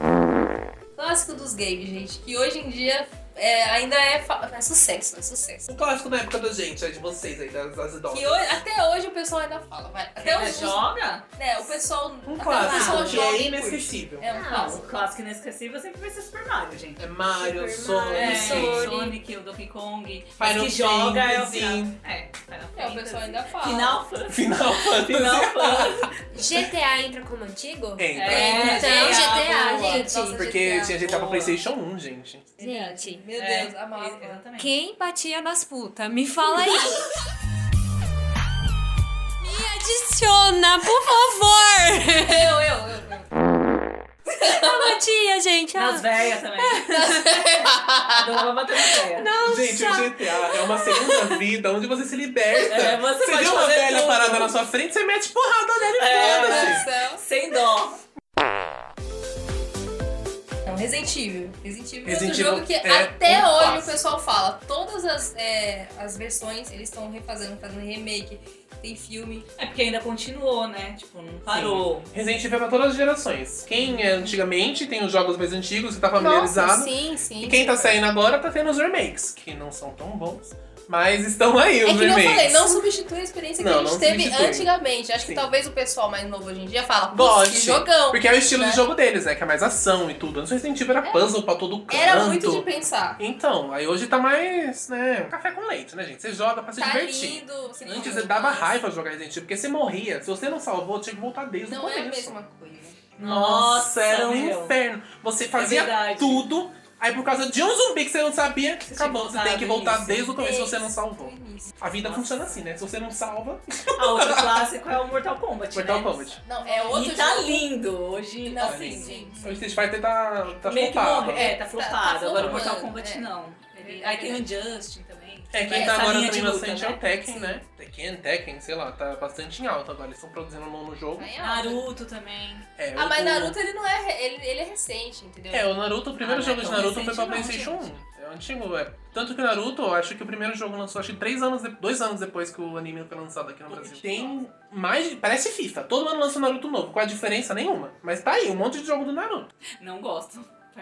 [SPEAKER 2] Clássico dos games, gente, que hoje em dia é, ainda é, fa- é sucesso, é sucesso.
[SPEAKER 3] O clássico da época da gente, é de vocês aí, das, das idosas.
[SPEAKER 2] Que hoje, até hoje o pessoal ainda fala, vai. Até
[SPEAKER 4] Ainda
[SPEAKER 2] hoje,
[SPEAKER 4] joga?
[SPEAKER 2] né, o pessoal,
[SPEAKER 3] Um
[SPEAKER 2] até o pessoal
[SPEAKER 3] clássico que
[SPEAKER 2] joga
[SPEAKER 3] é
[SPEAKER 2] e
[SPEAKER 3] inesquecível.
[SPEAKER 2] curte. É um
[SPEAKER 5] Ah,
[SPEAKER 4] Não,
[SPEAKER 2] clássico.
[SPEAKER 4] o clássico inesquecível sempre vai ser Super Mario, gente.
[SPEAKER 3] É Mario,
[SPEAKER 5] Super
[SPEAKER 3] Sonic.
[SPEAKER 4] É,
[SPEAKER 5] Sonic.
[SPEAKER 4] Sonic, o Donkey Kong. Mas
[SPEAKER 3] Final
[SPEAKER 4] que joga é o
[SPEAKER 3] Fantasy.
[SPEAKER 4] final. É,
[SPEAKER 2] É, o
[SPEAKER 4] Final Fantasy.
[SPEAKER 2] pessoal ainda fala.
[SPEAKER 4] Final Fantasy.
[SPEAKER 3] Final Fantasy.
[SPEAKER 4] É. Final Fantasy.
[SPEAKER 5] GTA entra como antigo?
[SPEAKER 3] Entra.
[SPEAKER 4] É,
[SPEAKER 5] Então, GTA,
[SPEAKER 2] boa.
[SPEAKER 5] gente.
[SPEAKER 2] Nossa,
[SPEAKER 3] Porque
[SPEAKER 2] GTA,
[SPEAKER 3] tinha GTA pra
[SPEAKER 2] boa.
[SPEAKER 3] PlayStation 1, gente.
[SPEAKER 5] Gente,
[SPEAKER 2] Meu
[SPEAKER 4] É,
[SPEAKER 2] Deus, amava.
[SPEAKER 4] Exatamente.
[SPEAKER 1] Quem batia nas putas? Me fala aí. Me adiciona, por favor.
[SPEAKER 2] Eu, eu, eu. eu.
[SPEAKER 1] Eu batia, gente. ah.
[SPEAKER 4] Nas velhas também. Adorava bater na véia.
[SPEAKER 3] Gente, o GTA é uma segunda vida onde você se liberta.
[SPEAKER 4] É, você pode
[SPEAKER 3] vê uma
[SPEAKER 4] fazer
[SPEAKER 3] velha
[SPEAKER 4] tudo.
[SPEAKER 3] parada na sua frente, você mete porrada nela e
[SPEAKER 4] É.
[SPEAKER 3] foda-se.
[SPEAKER 2] Meu Deus.
[SPEAKER 4] Sem dó.
[SPEAKER 2] Então, Resident Evil. Resident Evil é outro
[SPEAKER 3] Resident
[SPEAKER 2] jogo
[SPEAKER 3] Evil
[SPEAKER 2] que
[SPEAKER 3] é
[SPEAKER 2] até
[SPEAKER 3] um
[SPEAKER 2] hoje
[SPEAKER 3] clássico.
[SPEAKER 2] o pessoal fala. Todas as, é, as versões eles estão refazendo, fazendo remake. Tem filme.
[SPEAKER 4] É porque ainda continuou, né? Tipo, não parou.
[SPEAKER 3] Resident Evil é pra todas as gerações. Quem é antigamente tem os jogos mais antigos, que tá familiarizado.
[SPEAKER 2] Nossa, sim, sim.
[SPEAKER 3] E quem tá saindo agora tá tendo os remakes, que não são tão bons, mas estão aí
[SPEAKER 2] É
[SPEAKER 3] os
[SPEAKER 2] que nem eu
[SPEAKER 3] remakes.
[SPEAKER 2] falei, não substitui a experiência que
[SPEAKER 3] Não,
[SPEAKER 2] a gente
[SPEAKER 3] não
[SPEAKER 2] teve
[SPEAKER 3] substitui.
[SPEAKER 2] antigamente. Acho
[SPEAKER 3] Sim.
[SPEAKER 2] que talvez o pessoal mais novo hoje em dia fala, "Putz,
[SPEAKER 3] Goste.
[SPEAKER 2] que jogão.
[SPEAKER 3] Porque é o estilo
[SPEAKER 2] né? É.
[SPEAKER 3] de jogo deles, né? Que é mais ação e tudo. Antes o Resident Evil era puzzle pra todo canto.
[SPEAKER 2] Era muito de pensar.
[SPEAKER 3] Então, aí hoje tá mais, né? Café com leite, né, gente? Você joga pra se
[SPEAKER 2] Tá
[SPEAKER 3] divertir.
[SPEAKER 2] lindo. Você
[SPEAKER 3] Antes
[SPEAKER 2] fala,
[SPEAKER 3] eu dava
[SPEAKER 2] "Nossa,
[SPEAKER 3] raiva jogar Resident Evil, porque você morria. Se você não salvou, tinha que voltar desde o
[SPEAKER 2] Não é
[SPEAKER 3] começo.
[SPEAKER 2] a mesma coisa.
[SPEAKER 3] Nossa, era um
[SPEAKER 4] meu.
[SPEAKER 3] inferno. Você
[SPEAKER 4] É
[SPEAKER 3] fazia
[SPEAKER 4] verdade.
[SPEAKER 3] tudo, aí por causa de um zumbi que você não sabia,
[SPEAKER 4] Você
[SPEAKER 3] acabou. Você
[SPEAKER 4] tinha
[SPEAKER 3] tem que
[SPEAKER 4] voltado,
[SPEAKER 3] voltar
[SPEAKER 4] isso.
[SPEAKER 3] desde o começo se você não
[SPEAKER 2] Do
[SPEAKER 3] salvou.
[SPEAKER 2] início.
[SPEAKER 3] A vida
[SPEAKER 4] Nossa.
[SPEAKER 3] funciona assim, né? Se você não salva,
[SPEAKER 4] A outra clássico é Ah, o Mortal Kombat.
[SPEAKER 3] Mortal
[SPEAKER 4] né?
[SPEAKER 3] Kombat.
[SPEAKER 2] Não, é outro
[SPEAKER 4] E tá
[SPEAKER 2] jogo.
[SPEAKER 4] lindo hoje.
[SPEAKER 2] Não,
[SPEAKER 4] assim,
[SPEAKER 2] sim, sim.
[SPEAKER 3] O Street Fighter tá, tá
[SPEAKER 4] Meio que
[SPEAKER 3] flopado.
[SPEAKER 4] morre. É, tá flopado.
[SPEAKER 2] tá
[SPEAKER 4] Agora
[SPEAKER 2] flopando,
[SPEAKER 4] o Mortal Kombat
[SPEAKER 2] é.
[SPEAKER 4] não. Ele-
[SPEAKER 2] É
[SPEAKER 4] Aí tem o
[SPEAKER 2] verdade.
[SPEAKER 4] Justin também.
[SPEAKER 3] É, quem
[SPEAKER 4] Essa
[SPEAKER 3] tá agora
[SPEAKER 4] linha
[SPEAKER 3] também
[SPEAKER 4] de luta,
[SPEAKER 3] bastante é o
[SPEAKER 4] né?
[SPEAKER 3] Tekken, né? Tekken, Tekken, sei lá, tá bastante em alta agora. Eles estão produzindo mão no jogo.
[SPEAKER 2] Tá em alta.
[SPEAKER 4] Naruto também.
[SPEAKER 3] É,
[SPEAKER 2] Ah,
[SPEAKER 3] o-
[SPEAKER 2] mas Naruto ele não é. re- Ele, ele é recente, entendeu?
[SPEAKER 3] É, o Naruto, o primeiro
[SPEAKER 4] Ah,
[SPEAKER 3] jogo
[SPEAKER 4] mas
[SPEAKER 3] de
[SPEAKER 4] tão
[SPEAKER 3] Naruto foi
[SPEAKER 4] recente
[SPEAKER 3] pra
[SPEAKER 4] não,
[SPEAKER 3] Playstation
[SPEAKER 4] gente.
[SPEAKER 3] 1. É antigo, é. Tanto que o Naruto, eu acho que o primeiro jogo lançou, acho que três anos, de- dois anos depois que o anime foi lançado aqui no
[SPEAKER 4] Putz,
[SPEAKER 3] Brasil. Tem mais. de- Parece FIFA. Todo ano lança um Naruto novo, com a diferença nenhuma. Mas tá aí, um monte de jogo do Naruto.
[SPEAKER 4] Não gosto.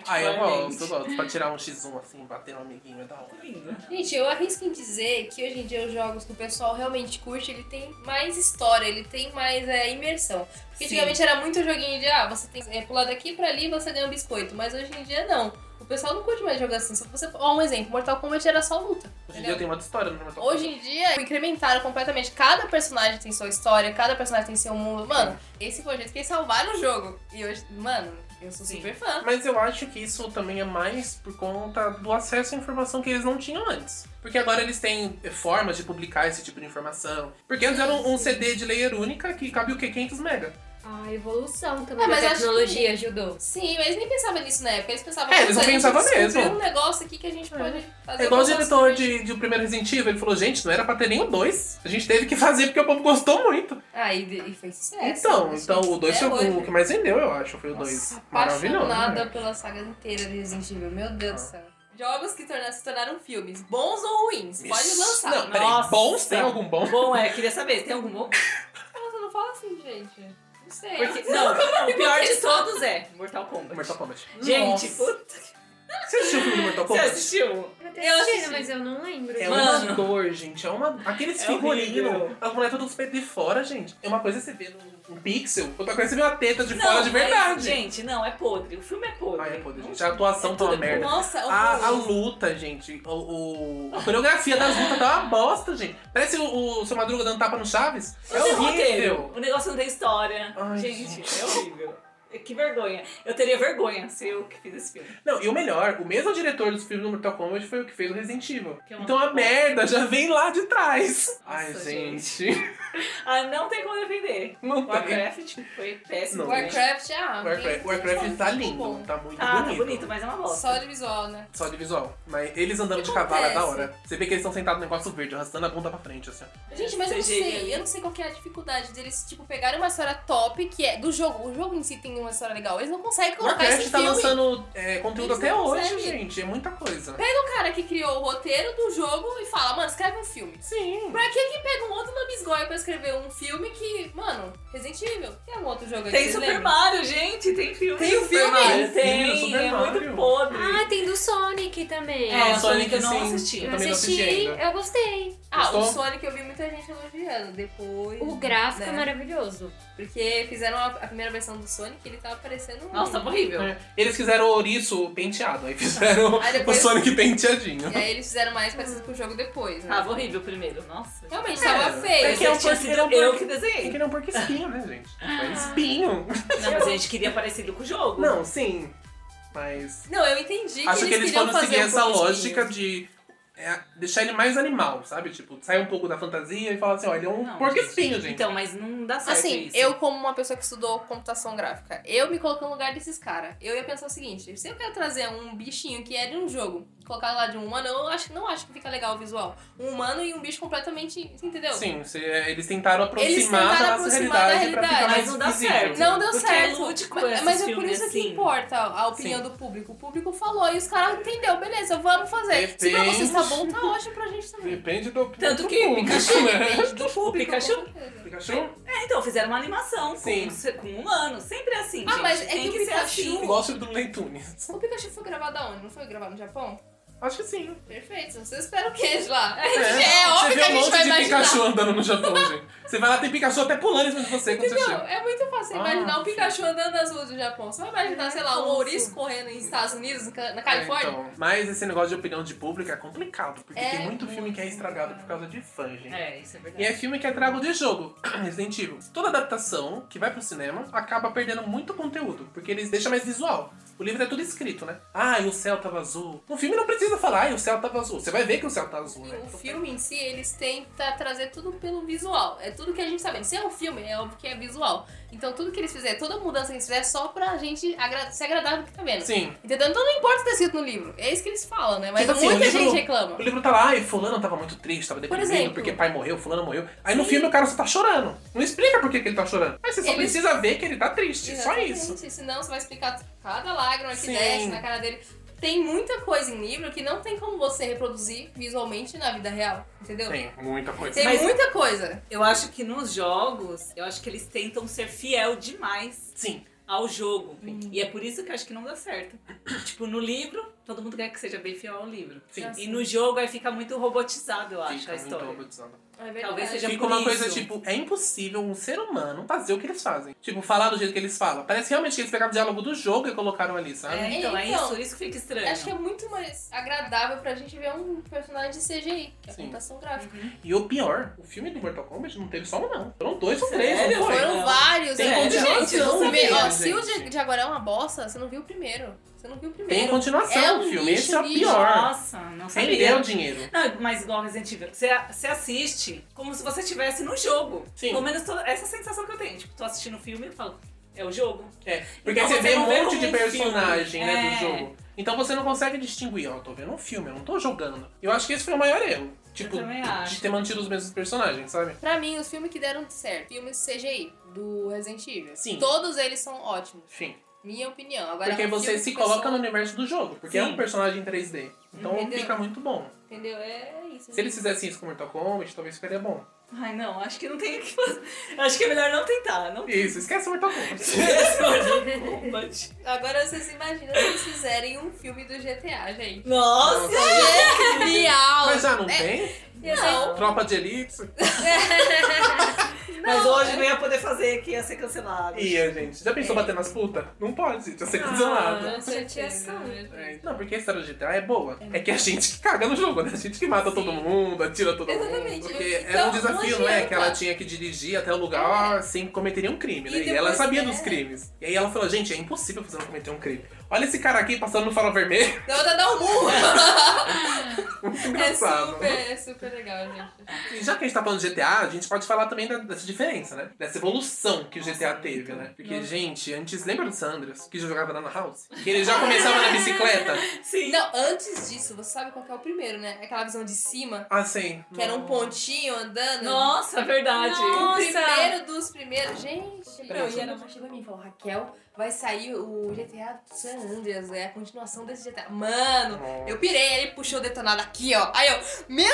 [SPEAKER 3] Ah, eu
[SPEAKER 4] particularmente. Tá
[SPEAKER 3] gosto, eu gosto. Pra tirar um X1 assim, bater no amiguinho, é da hora.
[SPEAKER 4] Lindo.
[SPEAKER 2] Gente, eu arrisco em dizer que hoje em dia os jogos que o pessoal realmente curte, ele tem mais história, ele tem mais é, imersão. Porque
[SPEAKER 4] Sim.
[SPEAKER 2] antigamente era muito joguinho de, ah, você tem que pular daqui pra ali e você ganha um biscoito. Mas hoje em dia não. O pessoal não curte mais jogar assim. Se você... Ó, um exemplo, Mortal Kombat era só luta.
[SPEAKER 3] Hoje em dia tem uma outra história no Naruto.
[SPEAKER 2] Hoje em dia, incrementaram completamente. Cada personagem tem sua história, cada personagem tem seu mundo. Mano, esse foi o jeito que eles salvaram o jogo. E hoje, mano, eu sou
[SPEAKER 4] Sim.
[SPEAKER 2] super fã.
[SPEAKER 3] Mas eu acho que isso também é mais por conta do acesso à informação que eles não tinham antes. Porque agora eles têm formas de publicar esse tipo de informação. Porque antes era um, um CD de layer única que cabia o quê? 500 mega.
[SPEAKER 1] A Ah, evolução também
[SPEAKER 2] É, mas
[SPEAKER 1] da
[SPEAKER 2] acho que-
[SPEAKER 1] tecnologia ajudou.
[SPEAKER 2] Sim, mas nem pensava nisso na época. Eles pensavam
[SPEAKER 3] É,
[SPEAKER 2] "Putz,
[SPEAKER 3] eles não
[SPEAKER 2] a gente
[SPEAKER 3] pensavam
[SPEAKER 2] descobriu
[SPEAKER 3] mesmo.
[SPEAKER 2] um negócio aqui que a gente pode fazer.
[SPEAKER 3] É igual o
[SPEAKER 2] alguma
[SPEAKER 3] diretor
[SPEAKER 2] coisa
[SPEAKER 3] de, de O Primeiro Resident Evil, ele falou, gente, não era pra ter nenhum dois. A gente teve que fazer porque o povo gostou muito.
[SPEAKER 2] Ah, e, e fez sucesso.
[SPEAKER 3] então,
[SPEAKER 2] Assim,
[SPEAKER 3] então o dois
[SPEAKER 2] até
[SPEAKER 3] foi o- o
[SPEAKER 2] hoje.
[SPEAKER 3] que mais vendeu, eu acho. Foi o dois.
[SPEAKER 2] Nossa,
[SPEAKER 3] Maravilhoso.
[SPEAKER 2] apaixonada
[SPEAKER 3] né? Ah.
[SPEAKER 2] pela saga inteira de Resident Evil. Meu Deus do céu. Jogos que torna- se tornaram filmes, bons ou ruins, pode lançar.
[SPEAKER 3] Não, peraí,
[SPEAKER 4] Nossa.
[SPEAKER 3] bons? Tem algum bom?
[SPEAKER 4] Bom, é, queria saber, tem algum bom?
[SPEAKER 2] Nossa, não fala assim, gente. Não sei.
[SPEAKER 4] Porque, não, o pior de todos é Mortal Kombat.
[SPEAKER 3] Mortal Kombat.
[SPEAKER 4] Gente,
[SPEAKER 2] Nossa.
[SPEAKER 4] puta,
[SPEAKER 3] Você assistiu o filme do Mortal
[SPEAKER 4] você
[SPEAKER 3] Kombat?
[SPEAKER 4] assistiu?
[SPEAKER 5] Eu
[SPEAKER 2] Eu
[SPEAKER 5] tô assistindo,
[SPEAKER 2] assisti.
[SPEAKER 5] mas eu não lembro.
[SPEAKER 3] É uma
[SPEAKER 4] Mano.
[SPEAKER 3] dor, gente. É uma. Aqueles
[SPEAKER 4] É
[SPEAKER 3] figurinos.
[SPEAKER 4] horrível.
[SPEAKER 3] As mulheres todas é os peitos de fora, gente. É uma coisa você vê num num pixel, outra coisa é você vê uma teta de fora de
[SPEAKER 4] mas,
[SPEAKER 3] verdade.
[SPEAKER 4] gente, não, é podre. O filme é podre.
[SPEAKER 3] Ai, é podre, gente.
[SPEAKER 4] Não-
[SPEAKER 3] A atuação
[SPEAKER 4] é
[SPEAKER 3] tá uma
[SPEAKER 4] tudo
[SPEAKER 3] merda.
[SPEAKER 2] Nossa,
[SPEAKER 3] A, a
[SPEAKER 2] horroroso.
[SPEAKER 3] luta, gente. O, o- a coreografia das lutas tá uma bosta, gente. Parece o, o seu Madruga dando tapa no Chaves. É
[SPEAKER 4] Não tem
[SPEAKER 3] horrível.
[SPEAKER 4] roteiro, O negócio não tem história.
[SPEAKER 3] Ai,
[SPEAKER 4] gente, é horrível. Que vergonha. Eu teria vergonha se eu que fiz esse filme.
[SPEAKER 3] Não, e o melhor, o mesmo diretor dos filmes do Mortal Kombat foi o que fez o Resident Evil.
[SPEAKER 4] Que é uma
[SPEAKER 3] Então a
[SPEAKER 4] bosta.
[SPEAKER 3] merda já vem lá de trás.
[SPEAKER 4] Nossa,
[SPEAKER 3] Ai, gente.
[SPEAKER 4] Ah, não tem como defender.
[SPEAKER 3] Não tem.
[SPEAKER 4] Warcraft tipo, foi péssimo.
[SPEAKER 3] Tá Não.
[SPEAKER 4] também.
[SPEAKER 2] Warcraft, ah,
[SPEAKER 3] Warcraft,
[SPEAKER 2] tem-
[SPEAKER 3] Warcraft tá
[SPEAKER 2] ficou
[SPEAKER 3] lindo,
[SPEAKER 2] bom.
[SPEAKER 3] tá muito
[SPEAKER 4] Tá, tá
[SPEAKER 3] bonito.
[SPEAKER 4] bonito, mas é uma bosta.
[SPEAKER 2] Só de visual, né?
[SPEAKER 3] Só de visual. Mas eles andando
[SPEAKER 2] O que
[SPEAKER 3] de cavalo é da
[SPEAKER 2] acontece?
[SPEAKER 3] hora. Você vê que eles estão sentados no negócio verde, arrastando a bunda pra frente, assim.
[SPEAKER 2] Gente, mas eu não
[SPEAKER 4] CGI
[SPEAKER 2] sei,
[SPEAKER 4] ali.
[SPEAKER 2] eu não sei qual que é a dificuldade deles, tipo, pegarem uma história top, que é do jogo, o jogo em si tem uma história legal, eles não conseguem
[SPEAKER 3] O
[SPEAKER 2] colocar
[SPEAKER 3] Warcraft
[SPEAKER 2] esse
[SPEAKER 3] tá
[SPEAKER 2] filme.
[SPEAKER 3] lançando é, conteúdo
[SPEAKER 2] Eles
[SPEAKER 3] até
[SPEAKER 2] não
[SPEAKER 3] hoje,
[SPEAKER 2] conseguem.
[SPEAKER 3] gente. É muita coisa.
[SPEAKER 2] Pega o cara que criou o roteiro do jogo e fala, mano, escreve um filme.
[SPEAKER 4] É
[SPEAKER 3] Sim.
[SPEAKER 2] Pra que que pega um outro lambisgoia pra escrever um filme que, mano, Resident Evil, tem algum outro jogo aí
[SPEAKER 4] Tem
[SPEAKER 2] que vocês
[SPEAKER 4] Super
[SPEAKER 2] lembram?
[SPEAKER 4] Mario, gente. Tem filme.
[SPEAKER 2] Tem
[SPEAKER 4] do
[SPEAKER 2] o
[SPEAKER 4] Super
[SPEAKER 2] filme?
[SPEAKER 4] Mario.
[SPEAKER 3] Tem
[SPEAKER 4] Tem,
[SPEAKER 3] filme do Super
[SPEAKER 4] é
[SPEAKER 3] Mario.
[SPEAKER 4] muito podre.
[SPEAKER 1] Ah, tem do Sonic também.
[SPEAKER 4] É,
[SPEAKER 3] o Sonic
[SPEAKER 4] Sonic eu não
[SPEAKER 3] sim.
[SPEAKER 4] assisti.
[SPEAKER 3] Eu
[SPEAKER 1] eu
[SPEAKER 3] também não assisti
[SPEAKER 1] assisti,
[SPEAKER 3] ainda.
[SPEAKER 1] eu gostei.
[SPEAKER 2] Ah, o
[SPEAKER 3] Gostou? Uh.
[SPEAKER 2] Sonic eu vi muita gente elogiando, depois...
[SPEAKER 1] O gráfico é
[SPEAKER 2] né?
[SPEAKER 1] maravilhoso.
[SPEAKER 2] Porque fizeram a, a primeira versão do Sonic e ele tava parecendo um...
[SPEAKER 4] Nossa, tava horrível.
[SPEAKER 3] É. Eles fizeram o ouriço penteado, aí fizeram
[SPEAKER 2] Aí
[SPEAKER 3] o
[SPEAKER 2] depois-
[SPEAKER 3] Sonic penteadinho.
[SPEAKER 2] E aí eles fizeram mais parecido com o jogo depois, né?
[SPEAKER 4] Tava horrível primeiro. Nossa.
[SPEAKER 2] Realmente,
[SPEAKER 3] Ah. É,
[SPEAKER 2] tava feio.
[SPEAKER 3] é
[SPEAKER 4] Eu
[SPEAKER 3] que é um
[SPEAKER 4] que tinha
[SPEAKER 3] porco-
[SPEAKER 4] sido
[SPEAKER 3] ele é um
[SPEAKER 4] eu
[SPEAKER 3] porco-
[SPEAKER 4] que
[SPEAKER 3] É que
[SPEAKER 4] desenhei.
[SPEAKER 3] não é um porco espinho, né, gente?
[SPEAKER 2] Ah.
[SPEAKER 3] É espinho.
[SPEAKER 4] Não, mas a gente queria parecido com o jogo.
[SPEAKER 3] Não, sim. Mas.
[SPEAKER 2] Não, eu entendi
[SPEAKER 3] Acho que eles
[SPEAKER 2] queriam
[SPEAKER 3] foram seguir
[SPEAKER 2] fazer um
[SPEAKER 3] essa
[SPEAKER 2] pouquinho.
[SPEAKER 3] lógica de é, deixar ele mais animal, sabe? Tipo, sair um pouco da fantasia e falar assim, ó, ele é um
[SPEAKER 4] Não,
[SPEAKER 3] porco espinho, gente.
[SPEAKER 4] Então, mas não dá certo
[SPEAKER 2] Assim,
[SPEAKER 4] isso.
[SPEAKER 2] eu como uma pessoa que estudou computação gráfica, eu me coloquei no lugar desses caras. Eu ia pensar o seguinte, se eu quero trazer um bichinho que é de um jogo, colocar lá de um humano, eu acho, não acho que fica legal o visual. Um humano e um bicho completamente, você entendeu?
[SPEAKER 3] Sim, se- é, eles tentaram aproximar
[SPEAKER 2] Então, Eles tentaram
[SPEAKER 3] da nossa
[SPEAKER 2] aproximar da
[SPEAKER 3] realidade pra ficar
[SPEAKER 2] realidade,
[SPEAKER 3] mais
[SPEAKER 4] mas não dá
[SPEAKER 3] visível.
[SPEAKER 4] certo.
[SPEAKER 2] Não deu
[SPEAKER 4] Porque é
[SPEAKER 2] certo.
[SPEAKER 4] lúdico
[SPEAKER 2] mas
[SPEAKER 4] esses
[SPEAKER 2] mas é por
[SPEAKER 4] filmes,
[SPEAKER 2] isso que
[SPEAKER 4] assim.
[SPEAKER 2] importa a opinião do público. O público falou e os caras entendeu, beleza, vamos fazer. Se pra
[SPEAKER 3] Depende.
[SPEAKER 2] vocês tá bom, tá ótimo pra gente também.
[SPEAKER 3] Depende do
[SPEAKER 4] Tanto
[SPEAKER 3] do
[SPEAKER 4] que
[SPEAKER 3] público,
[SPEAKER 4] Pikachu,
[SPEAKER 3] né?
[SPEAKER 4] Do público, Pikachu.
[SPEAKER 2] com certeza.
[SPEAKER 3] Pikachu?
[SPEAKER 4] É, então, fizeram uma animação
[SPEAKER 3] Sim.
[SPEAKER 4] com, se- com um humano. Sempre é assim,
[SPEAKER 2] Ah,
[SPEAKER 4] gente.
[SPEAKER 2] mas é
[SPEAKER 4] Tem
[SPEAKER 2] que o
[SPEAKER 4] ser
[SPEAKER 2] Pikachu-
[SPEAKER 4] assim.
[SPEAKER 3] Eu gosto do Lentunes.
[SPEAKER 2] O Pikachu foi gravado aonde? Não foi gravado no Japão?
[SPEAKER 3] Acho que sim.
[SPEAKER 2] Perfeito, vocês esperam o queijo lá. É,
[SPEAKER 3] Você
[SPEAKER 2] óbvio
[SPEAKER 3] vê
[SPEAKER 2] que a
[SPEAKER 3] um
[SPEAKER 2] gente
[SPEAKER 3] monte
[SPEAKER 2] vai
[SPEAKER 3] de
[SPEAKER 2] imaginar.
[SPEAKER 3] Pikachu andando no Japão, gente. Você vai lá, tem Pikachu até pulando em cima de você quando você
[SPEAKER 2] Entendeu?
[SPEAKER 3] chega.
[SPEAKER 2] É muito fácil
[SPEAKER 3] assim, Ah,
[SPEAKER 2] imaginar um
[SPEAKER 3] sim.
[SPEAKER 2] Pikachu andando nas ruas do Japão. Você vai imaginar, sei lá, um
[SPEAKER 5] Fofo.
[SPEAKER 2] ouriço correndo nos Estados Unidos, na Ca- na
[SPEAKER 3] É,
[SPEAKER 2] Califórnia?
[SPEAKER 3] então. Mas esse negócio de opinião de público é complicado, porque
[SPEAKER 2] É
[SPEAKER 3] tem muito filme
[SPEAKER 2] muito
[SPEAKER 3] que é estragado por causa de fã, gente.
[SPEAKER 4] É, isso é
[SPEAKER 3] E
[SPEAKER 4] verdade.
[SPEAKER 3] é filme que é trago de jogo, Resident Evil. Toda adaptação que vai pro cinema acaba perdendo muito conteúdo, porque eles deixam mais visual. O livro é tudo escrito, né? Ah, e o céu tava azul. No filme não precisa falar, ah, e o céu tava azul. Você vai ver que o céu tá azul, né?
[SPEAKER 2] O filme em si, eles tentam trazer tudo pelo visual. É tudo que a gente sabe. Se é um filme, é óbvio que é visual. Então tudo que eles fizerem, toda mudança que eles fizerem é só pra gente agra- se agradar do que tá vendo.
[SPEAKER 3] Sim.
[SPEAKER 2] Entendeu? Então não importa o que tá escrito no livro. É isso que eles falam, né? Mas
[SPEAKER 3] Tipo assim,
[SPEAKER 2] muita
[SPEAKER 3] o livro-
[SPEAKER 2] gente reclama.
[SPEAKER 3] O livro tá lá, e fulano tava muito triste, tava deprimido,
[SPEAKER 2] exemplo.
[SPEAKER 3] porque pai morreu, fulano morreu. Aí no filme o cara só tá chorando. Não explica por que, que ele tá chorando. Mas você só
[SPEAKER 2] Ele-
[SPEAKER 3] precisa ver que ele tá triste, só
[SPEAKER 2] Exatamente.
[SPEAKER 3] isso.
[SPEAKER 2] Senão você vai explicar cada lágrima que
[SPEAKER 3] Sim.
[SPEAKER 2] desce na cara dele. Tem muita coisa em livro que não tem como você reproduzir visualmente na vida real, entendeu?
[SPEAKER 3] Tem muita coisa.
[SPEAKER 2] Tem
[SPEAKER 4] Mas-
[SPEAKER 2] muita coisa.
[SPEAKER 4] Eu acho que nos jogos, eu acho que eles tentam ser fiel demais
[SPEAKER 3] Sim.
[SPEAKER 4] ao jogo. E é por isso que eu acho que não dá certo. tipo, no livro, todo mundo quer que seja bem fiel ao livro.
[SPEAKER 3] Sim.
[SPEAKER 4] E no jogo aí fica muito robotizado, eu acho,
[SPEAKER 3] Fica
[SPEAKER 4] a
[SPEAKER 3] muito
[SPEAKER 4] história.
[SPEAKER 3] robotizado.
[SPEAKER 2] É verdade.
[SPEAKER 4] Talvez seja-
[SPEAKER 3] Fica
[SPEAKER 4] por
[SPEAKER 3] uma
[SPEAKER 4] isso.
[SPEAKER 3] coisa tipo, é impossível um ser humano fazer o que eles fazem. Tipo, falar do jeito que eles falam. Parece realmente que eles pegaram o diálogo do jogo e colocaram ali, sabe?
[SPEAKER 4] É, então, é
[SPEAKER 2] Então,
[SPEAKER 4] isso, isso que fica estranho.
[SPEAKER 2] Acho que é muito mais agradável pra gente ver um personagem de CGI, que é
[SPEAKER 3] Sim.
[SPEAKER 2] computação gráfica.
[SPEAKER 3] E o pior, o filme do Mortal Kombat não teve só um, não. Foram dois ou três,
[SPEAKER 4] Sério?
[SPEAKER 3] não Uhum. foi?
[SPEAKER 4] Foi
[SPEAKER 2] Foram
[SPEAKER 4] não.
[SPEAKER 2] vários.
[SPEAKER 3] Tem
[SPEAKER 2] né?
[SPEAKER 4] condição,
[SPEAKER 2] Gente,
[SPEAKER 4] eu não
[SPEAKER 2] o primeiro-
[SPEAKER 3] sabia,
[SPEAKER 2] ó, Se o
[SPEAKER 3] gente.
[SPEAKER 2] de de agora é uma bosta, você não viu o primeiro. Você não viu o primeiro.
[SPEAKER 3] Tem continuação
[SPEAKER 2] É
[SPEAKER 3] do
[SPEAKER 2] um
[SPEAKER 3] filme,
[SPEAKER 2] lixo,
[SPEAKER 3] esse é o
[SPEAKER 2] lixo.
[SPEAKER 3] pior.
[SPEAKER 4] Nossa, não
[SPEAKER 3] Sem deu
[SPEAKER 4] sabia.
[SPEAKER 3] dinheiro.
[SPEAKER 4] Não, mas igual Resident Evil, você, você assiste como se você estivesse no jogo.
[SPEAKER 3] Sim.
[SPEAKER 4] Pelo menos toda- essa é a sensação que eu tenho. Tipo, tô assistindo o filme e falo, é o jogo.
[SPEAKER 3] É, porque
[SPEAKER 4] Então
[SPEAKER 3] você
[SPEAKER 4] você
[SPEAKER 3] vê um
[SPEAKER 4] não vê
[SPEAKER 3] monte
[SPEAKER 4] como
[SPEAKER 3] de
[SPEAKER 4] um
[SPEAKER 3] personagem
[SPEAKER 4] filme.
[SPEAKER 3] né, do
[SPEAKER 4] É.
[SPEAKER 3] jogo. Então você não consegue distinguir, ó, eu tô vendo um filme, eu não tô jogando. Eu acho que esse foi o maior erro. Tipo,
[SPEAKER 4] também acho.
[SPEAKER 3] de ter mantido os mesmos personagens, sabe?
[SPEAKER 2] Pra mim, os filmes que deram certo, filmes CGI do Resident Evil,
[SPEAKER 3] Sim.
[SPEAKER 2] todos eles são ótimos.
[SPEAKER 3] Enfim.
[SPEAKER 2] Minha opinião. Agora,
[SPEAKER 3] Porque
[SPEAKER 2] um filme
[SPEAKER 3] você
[SPEAKER 2] que
[SPEAKER 3] se
[SPEAKER 2] pessoa-
[SPEAKER 3] coloca no universo do jogo, porque é
[SPEAKER 4] Sim.
[SPEAKER 3] um personagem em 3D. Então
[SPEAKER 2] Entendeu?
[SPEAKER 3] fica muito bom.
[SPEAKER 2] Entendeu? É isso.
[SPEAKER 3] Se eles fizessem isso com Mortal Kombat, talvez ficaria bom.
[SPEAKER 4] Ai, não, acho que não tem o que fazer. Acho que é melhor não tentar, não
[SPEAKER 3] Isso, esquece Mortal Kombat.
[SPEAKER 4] Combat.
[SPEAKER 2] Agora vocês imaginam se eles fizerem um filme do GTA, gente.
[SPEAKER 4] Nossa!
[SPEAKER 2] Genial!
[SPEAKER 3] Mas já não tem?
[SPEAKER 5] Ia ser
[SPEAKER 2] É, Não.
[SPEAKER 3] Tropa de Elipse?
[SPEAKER 2] É,
[SPEAKER 4] Mas hoje
[SPEAKER 3] é.
[SPEAKER 4] não ia poder fazer que ia ser cancelado.
[SPEAKER 3] Ia, gente. Já pensou bater nas putas? Não pode, já
[SPEAKER 2] Ah,
[SPEAKER 3] ser cancelado.
[SPEAKER 2] Com certeza. né?
[SPEAKER 3] É, Não, porque a história de GTA é boa. É que a gente que caga no jogo, né? A gente que mata todo mundo, atira todo
[SPEAKER 2] Exatamente.
[SPEAKER 3] mundo. Porque
[SPEAKER 2] Então,
[SPEAKER 3] era um
[SPEAKER 2] não
[SPEAKER 3] desafio, né? Que ela
[SPEAKER 2] adianta.
[SPEAKER 3] tinha que dirigir até o lugar sem cometer um crime,
[SPEAKER 2] É. E
[SPEAKER 3] né? E,
[SPEAKER 2] depois,
[SPEAKER 3] ela sabia
[SPEAKER 2] é.
[SPEAKER 3] dos crimes. E aí ela falou, gente, é impossível você não cometer um crime. Olha esse cara aqui passando no farol vermelho.
[SPEAKER 2] Dá vontade de dar um murro.
[SPEAKER 3] Muito
[SPEAKER 2] É
[SPEAKER 3] Um engraçado.
[SPEAKER 2] super, é super legal, gente.
[SPEAKER 3] E já que a gente tá falando de GTA, a gente pode falar também da- dessa diferença, né? Dessa evolução que o GTA teve, né? Porque, gente, antes, lembra do Sandras, que jogava na Lan House? Que ele já começava na bicicleta?
[SPEAKER 4] Sim.
[SPEAKER 2] Não, antes disso, você sabe qual que é o primeiro, né? Aquela visão de cima,
[SPEAKER 3] Assim.
[SPEAKER 2] que era um pontinho andando.
[SPEAKER 4] Nossa, é verdade.
[SPEAKER 2] O
[SPEAKER 5] Nossa.
[SPEAKER 2] primeiro dos primeiros. Gente,
[SPEAKER 5] Peraí,
[SPEAKER 2] não, e
[SPEAKER 5] só-
[SPEAKER 2] era uma chegou em mim e falou: Raquel, vai sair o GTA San Andreas, é a continuação desse GTA. Mano,
[SPEAKER 3] Nossa.
[SPEAKER 2] eu pirei, ele puxou o detonado aqui, ó. Aí eu, meu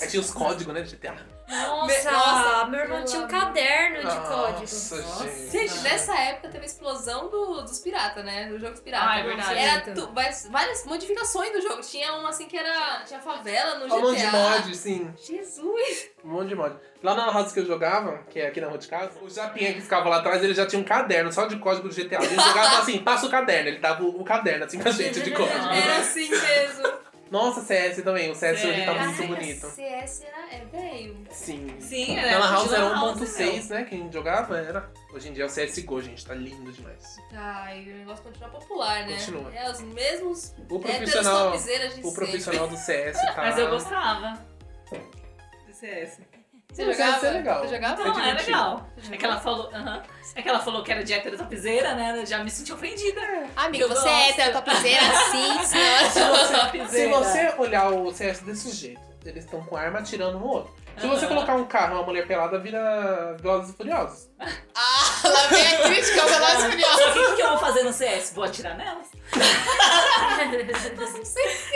[SPEAKER 3] Aí tinha os códigos, né, de GTA.
[SPEAKER 5] Nossa,
[SPEAKER 2] Nossa,
[SPEAKER 5] meu irmão
[SPEAKER 2] pelo
[SPEAKER 5] tinha um
[SPEAKER 2] amor.
[SPEAKER 5] caderno de código.
[SPEAKER 3] Nossa,
[SPEAKER 4] Nossa.
[SPEAKER 3] gente.
[SPEAKER 2] Gente, nessa época teve a explosão do- dos piratas, né? Do jogo dos piratas.
[SPEAKER 4] Ah, é verdade.
[SPEAKER 2] Era tu- várias, várias modificações do jogo. Tinha uma assim que era. Tinha favela no
[SPEAKER 3] Um monte de
[SPEAKER 2] GTA.
[SPEAKER 3] mod, sim.
[SPEAKER 2] Jesus!
[SPEAKER 3] Um monte de mod. Lá na house que eu jogava, que é aqui na rua de casa, o Japinha que ficava lá atrás, ele já tinha um caderno só de código do GTA. Ele jogava e falava assim, passa o caderno. Ele dava o, o caderno, assim, pra gente, de
[SPEAKER 4] Ah.
[SPEAKER 3] código.
[SPEAKER 2] Era assim mesmo.
[SPEAKER 3] Nossa, CS também. O CS hoje tá muito
[SPEAKER 2] Caraca,
[SPEAKER 3] bonito.
[SPEAKER 2] CS era. É velho.
[SPEAKER 3] Sim.
[SPEAKER 4] Sim,
[SPEAKER 3] Na
[SPEAKER 4] era.
[SPEAKER 3] Lan House era
[SPEAKER 4] Lan House, é meu.
[SPEAKER 3] 1.6, né? Quem jogava era. Hoje em dia é o CSGO, gente. Tá lindo demais.
[SPEAKER 2] Ai, o negócio continua popular, né?
[SPEAKER 3] Continua.
[SPEAKER 2] É os mesmos
[SPEAKER 3] O
[SPEAKER 2] héteros
[SPEAKER 3] profissional,
[SPEAKER 2] topzeiras de
[SPEAKER 3] o
[SPEAKER 2] sempre.
[SPEAKER 3] profissional do CS tá.
[SPEAKER 4] Mas eu gostava. Do CS.
[SPEAKER 2] Você
[SPEAKER 3] Mas
[SPEAKER 2] jogava?
[SPEAKER 3] isso é legal.
[SPEAKER 2] Você jogava?
[SPEAKER 4] Não, é
[SPEAKER 3] divertido.
[SPEAKER 4] legal. É que ela falou. aham. É que ela falou que era de hétero topzeira, né? Eu já me senti ofendida.
[SPEAKER 1] Amiga,
[SPEAKER 4] Eu
[SPEAKER 1] você
[SPEAKER 4] gosto.
[SPEAKER 1] é hétero, topzeira, sim, senhora.
[SPEAKER 2] É
[SPEAKER 3] Se você olhar o CS desse jeito, eles estão com arma atirando um no outro. Se você
[SPEAKER 4] Aham.
[SPEAKER 3] colocar um carro, uma mulher pelada, vira Velozes e Furiosos.
[SPEAKER 1] Ah, lá vem a crítica, eu gosto curiosa.
[SPEAKER 4] O que, que eu vou fazer no CS? Vou atirar nelas?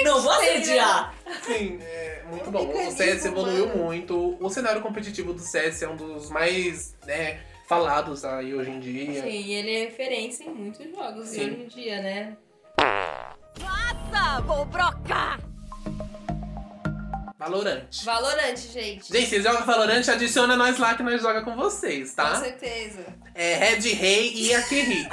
[SPEAKER 4] Não vou
[SPEAKER 2] sei, né?
[SPEAKER 4] assediar!
[SPEAKER 3] Sim, é muito bom. O
[SPEAKER 2] Mecanismo,
[SPEAKER 3] CS evoluiu
[SPEAKER 2] mano.
[SPEAKER 3] muito. O cenário competitivo do CS é um dos mais, né, falados aí hoje em dia.
[SPEAKER 2] Sim, e ele é referência em muitos jogos
[SPEAKER 3] Sim.
[SPEAKER 2] e hoje em dia, né?
[SPEAKER 3] Valorante.
[SPEAKER 2] Valorante, gente.
[SPEAKER 3] Gente, vocês jogam Valorante, adiciona nós lá que nós joga com vocês,
[SPEAKER 2] Com
[SPEAKER 3] tá?
[SPEAKER 2] certeza.
[SPEAKER 3] É Red Rei e Akihiko.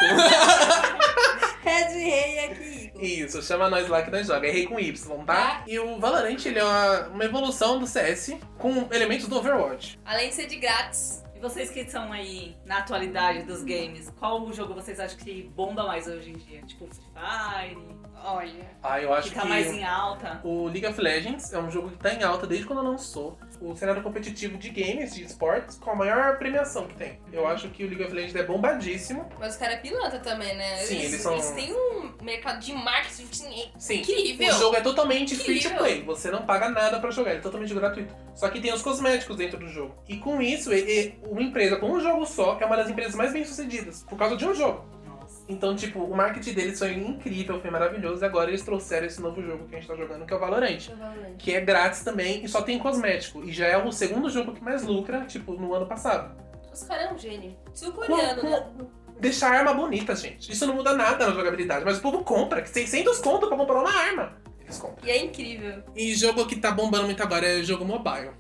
[SPEAKER 2] Red Rei aqui.
[SPEAKER 3] Isso, chama nós lá que nós joga. É Rei com Y, tá? E o Valorant, ele é uma, uma evolução do CS com elementos do Overwatch.
[SPEAKER 2] Além de ser de grátis,
[SPEAKER 4] E vocês que são aí na atualidade dos games, qual o jogo vocês acham que bomba mais hoje em dia? Tipo Free Fire,
[SPEAKER 2] olha.
[SPEAKER 3] Ah, eu acho
[SPEAKER 4] que tá
[SPEAKER 3] que
[SPEAKER 4] mais em alta?
[SPEAKER 3] o League of Legends é um jogo que tá em alta desde quando lançou. O cenário competitivo de games, de esportes, com a maior premiação que tem. Eu acho que o League of Legends é bombadíssimo.
[SPEAKER 2] Mas o cara é pilantra também, né?
[SPEAKER 3] Sim, eles são-
[SPEAKER 2] Eles têm um mercado de marketing assim,
[SPEAKER 3] Sim.
[SPEAKER 2] incrível.
[SPEAKER 3] O jogo é totalmente free to
[SPEAKER 2] Incrível.
[SPEAKER 3] play, você não paga nada pra jogar, ele é totalmente gratuito. Só que tem os cosméticos dentro do jogo. E com isso, e- e uma empresa com um jogo só é uma das empresas mais bem sucedidas, por causa de um jogo.
[SPEAKER 4] Nossa.
[SPEAKER 3] Então, tipo, o marketing deles foi incrível, foi maravilhoso. E agora eles trouxeram esse novo jogo que a gente tá jogando, que é o Valorant.
[SPEAKER 2] Valorante.
[SPEAKER 3] Que é grátis também e só tem cosmético. E já é o segundo jogo que mais lucra, tipo, no ano passado.
[SPEAKER 2] Os caras é um gênio.
[SPEAKER 3] Com-
[SPEAKER 2] Sul-coreano,
[SPEAKER 3] com-
[SPEAKER 2] né?
[SPEAKER 3] Deixar a arma bonita, gente. Isso não muda nada na jogabilidade. Mas o povo compra, que 600 conto pra comprar uma arma. Eles compram.
[SPEAKER 2] E é incrível.
[SPEAKER 3] E jogo que tá bombando muito agora é jogo mobile.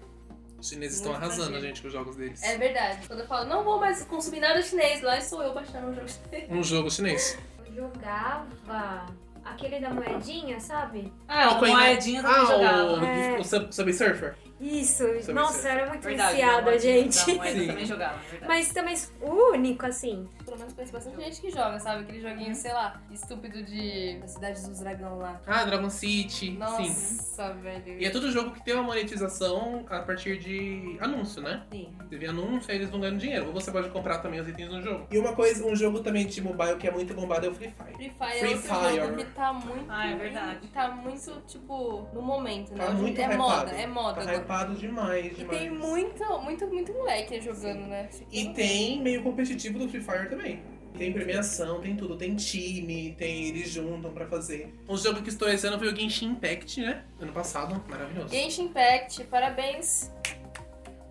[SPEAKER 3] Os chineses
[SPEAKER 2] Muito
[SPEAKER 3] estão arrasando,
[SPEAKER 2] maneiro.
[SPEAKER 3] gente, com os jogos deles.
[SPEAKER 2] É verdade. Quando eu falo, não vou mais consumir nada chinês, lá sou eu baixando um jogo chinês.
[SPEAKER 3] Um jogo chinês.
[SPEAKER 5] Eu jogava aquele da moedinha, sabe?
[SPEAKER 4] Ah,
[SPEAKER 3] Ah,
[SPEAKER 4] uma moedinha também
[SPEAKER 3] Ah,
[SPEAKER 4] jogava.
[SPEAKER 5] É.
[SPEAKER 3] o, o Sub- Subway Surfer.
[SPEAKER 5] Isso,
[SPEAKER 3] Sabe isso?
[SPEAKER 5] nossa, eu era muito
[SPEAKER 4] Verdade,
[SPEAKER 5] viciada,
[SPEAKER 4] uma moedinha
[SPEAKER 5] gente.
[SPEAKER 4] da moeda
[SPEAKER 3] Sim.
[SPEAKER 4] também jogava, verdade.
[SPEAKER 5] Mas também o único, assim.
[SPEAKER 2] Pelo menos mas conheço bastante gente que joga, sabe? Aquele joguinho, sei lá, estúpido de. A Cidade dos Dragão lá.
[SPEAKER 3] Ah, Dragon City. Sim.
[SPEAKER 2] Nossa, velho.
[SPEAKER 3] E é todo jogo que tem uma monetização a partir de anúncio, né?
[SPEAKER 2] Sim.
[SPEAKER 3] Você vê anúncio, aí eles vão ganhando dinheiro. Ou você pode comprar também os itens no jogo. E uma coisa, um jogo também de mobile que é muito bombado é o Free Fire.
[SPEAKER 2] Free Fire
[SPEAKER 3] Free
[SPEAKER 2] é outro
[SPEAKER 3] Fire.
[SPEAKER 2] jogo que tá muito.
[SPEAKER 4] Ah, é verdade.
[SPEAKER 2] Tá muito, tipo, no momento, né?
[SPEAKER 3] Tá
[SPEAKER 2] Hoje
[SPEAKER 3] muito
[SPEAKER 2] é
[SPEAKER 3] hypado.
[SPEAKER 2] moda, é moda
[SPEAKER 3] Tá
[SPEAKER 2] agora.
[SPEAKER 3] hypado demais,
[SPEAKER 2] E
[SPEAKER 3] demais.
[SPEAKER 2] tem muito, muito, muito moleque jogando, né?
[SPEAKER 3] E tem meio competitivo do Free Fire também. Tem premiação, tem tudo, tem time, tem eles juntam pra fazer. Um jogo que estou esse ano foi o Genshin Impact, né? Ano passado, maravilhoso.
[SPEAKER 2] Genshin Impact, parabéns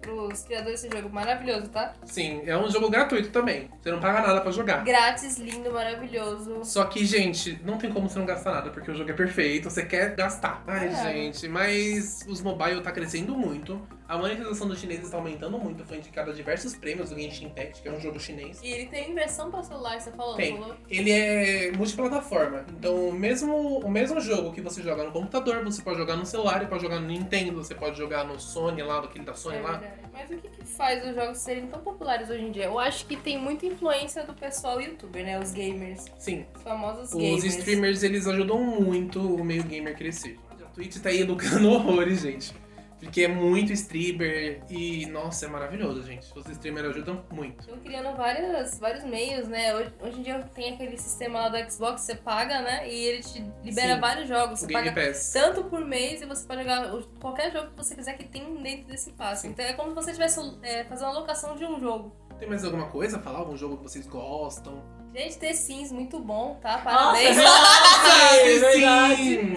[SPEAKER 2] pros criadores desse jogo maravilhoso, tá?
[SPEAKER 3] Sim, é um jogo gratuito também. Você não paga nada pra jogar.
[SPEAKER 2] Grátis, lindo, maravilhoso.
[SPEAKER 3] Só que, gente, não tem como você não gastar nada, porque o jogo é perfeito, você quer gastar. Ai,
[SPEAKER 2] É.
[SPEAKER 3] gente, mas os mobile tá crescendo muito. A monetização dos chineses tá aumentando muito. Foi indicado a diversos prêmios do Genshin Impact, que é um jogo chinês.
[SPEAKER 2] E ele tem versão pra celular, você falou,
[SPEAKER 3] Tem.
[SPEAKER 2] falou?
[SPEAKER 3] Ele é multiplataforma. Então, o mesmo, o mesmo jogo que você joga no computador, você pode jogar no celular, pode jogar no Nintendo, você pode jogar no Sony lá, daquele da Sony
[SPEAKER 2] É
[SPEAKER 3] lá.
[SPEAKER 2] verdade. Mas o que, que faz os jogos serem tão populares hoje em dia? Eu acho que tem muita influência do pessoal youtuber, né? Os gamers.
[SPEAKER 3] Sim.
[SPEAKER 2] Os famosos
[SPEAKER 3] Os
[SPEAKER 2] gamers.
[SPEAKER 3] streamers, eles ajudam muito o meio gamer crescer. A Twitch tá aí educando horrores, gente. Porque é muito streamer e, nossa, é maravilhoso, gente. Os streamers ajudam muito.
[SPEAKER 2] Estão criando várias, vários meios, né? Hoje, hoje em dia tem aquele sistema lá do Xbox, você paga, né? E ele te libera
[SPEAKER 3] Sim.
[SPEAKER 2] vários jogos. Você
[SPEAKER 3] O Game
[SPEAKER 2] paga
[SPEAKER 3] Pass.
[SPEAKER 2] tanto por mês e você pode jogar o- qualquer jogo que você quiser que tem dentro desse passe.
[SPEAKER 3] Sim.
[SPEAKER 2] Então é como se você estivesse é, fazendo uma locação de um jogo.
[SPEAKER 3] Tem mais alguma coisa a falar? Algum jogo que vocês gostam?
[SPEAKER 2] Gente, The Sims, muito bom, tá? Parabéns.
[SPEAKER 3] Ah,
[SPEAKER 4] é verdade.
[SPEAKER 3] sim!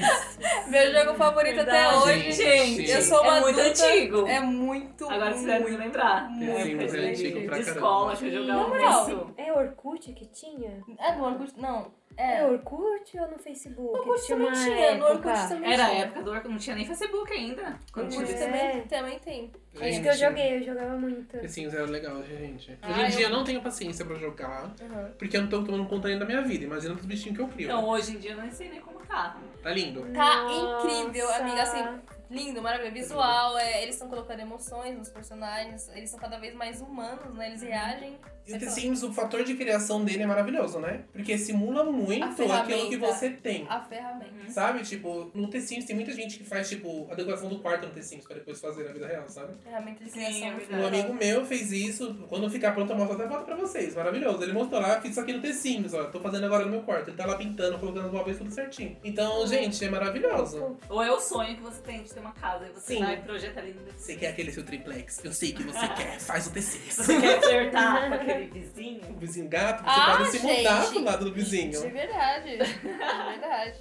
[SPEAKER 2] Meu jogo favorito
[SPEAKER 4] Verdade.
[SPEAKER 2] até hoje.
[SPEAKER 4] Gente,
[SPEAKER 2] Eu sou uma
[SPEAKER 4] é muito
[SPEAKER 2] adulta.
[SPEAKER 4] antigo.
[SPEAKER 2] É muito,
[SPEAKER 4] Agora vocês devem
[SPEAKER 2] muito.
[SPEAKER 4] me lembrar.
[SPEAKER 2] Muito
[SPEAKER 3] Sim, mas é antigo pra
[SPEAKER 4] de
[SPEAKER 3] caramba.
[SPEAKER 4] escola que eu um jogava
[SPEAKER 2] Não,
[SPEAKER 4] isso.
[SPEAKER 5] É Orkut que tinha?
[SPEAKER 2] É do Orkut? Não.
[SPEAKER 5] É,
[SPEAKER 2] É.
[SPEAKER 5] Orkut ou no Facebook?
[SPEAKER 2] No Orkut
[SPEAKER 5] Tinha uma
[SPEAKER 2] também tinha. No
[SPEAKER 5] época.
[SPEAKER 2] Orkut também
[SPEAKER 4] Era a
[SPEAKER 2] tinha.
[SPEAKER 4] época do Orkut, não tinha nem Facebook ainda. Quando
[SPEAKER 2] Orkut
[SPEAKER 5] É.
[SPEAKER 4] tinha.
[SPEAKER 2] também, também tem.
[SPEAKER 5] Acho
[SPEAKER 3] Gente,
[SPEAKER 5] que eu joguei, eu jogava muito.
[SPEAKER 3] The Sims era legal, gente.
[SPEAKER 2] Ah,
[SPEAKER 3] Hoje em
[SPEAKER 2] eu-
[SPEAKER 3] dia eu não tenho paciência pra jogar, porque eu não tô tomando conta nem da minha vida. Imagina os bichinhos que eu crio.
[SPEAKER 4] Então hoje em dia eu não sei nem como tá.
[SPEAKER 3] Tá lindo.
[SPEAKER 2] Tá
[SPEAKER 5] Nossa.
[SPEAKER 2] incrível, amiga, assim, Lindo, maravilhoso. Visual, é, eles estão colocando emoções nos personagens, eles são cada vez mais humanos, né?
[SPEAKER 4] Uhum.
[SPEAKER 2] Eles reagem.
[SPEAKER 3] E o The Sims, o fator de criação dele é maravilhoso, né? Porque simula
[SPEAKER 2] A
[SPEAKER 3] muito
[SPEAKER 2] ferramenta.
[SPEAKER 3] aquilo que você tem.
[SPEAKER 2] A ferramenta.
[SPEAKER 4] Uhum.
[SPEAKER 3] Sabe, tipo, no The Sims tem muita gente que faz, tipo, adequação do quarto no The Sims pra depois fazer na vida real, sabe?
[SPEAKER 2] Ferramenta de
[SPEAKER 4] Sim,
[SPEAKER 2] criação.
[SPEAKER 4] é
[SPEAKER 2] no
[SPEAKER 4] verdade.
[SPEAKER 3] Um
[SPEAKER 2] final.
[SPEAKER 3] amigo meu fez isso, quando ficar pronto eu mostro até foto pra vocês, maravilhoso. Ele mostrou lá, fiz isso aqui no The Sims, ó, tô fazendo agora no meu quarto. Ele tá lá pintando, colocando os móveis tudo certinho. Então, gente, é maravilhoso.
[SPEAKER 4] Ou é o sonho que você tem de ter uma casa e você
[SPEAKER 3] Sim.
[SPEAKER 4] vai e projeta ali no The
[SPEAKER 3] Você
[SPEAKER 4] Sims.
[SPEAKER 3] quer aquele seu triplex, eu sei que você quer, faz o The Sims.
[SPEAKER 4] Você quer flertar com aquele vizinho?
[SPEAKER 3] O vizinho gato, você
[SPEAKER 2] Ah,
[SPEAKER 3] pode se mudar
[SPEAKER 2] gente.
[SPEAKER 3] do lado do
[SPEAKER 2] De
[SPEAKER 3] vizinho.
[SPEAKER 2] verdade. De verdade.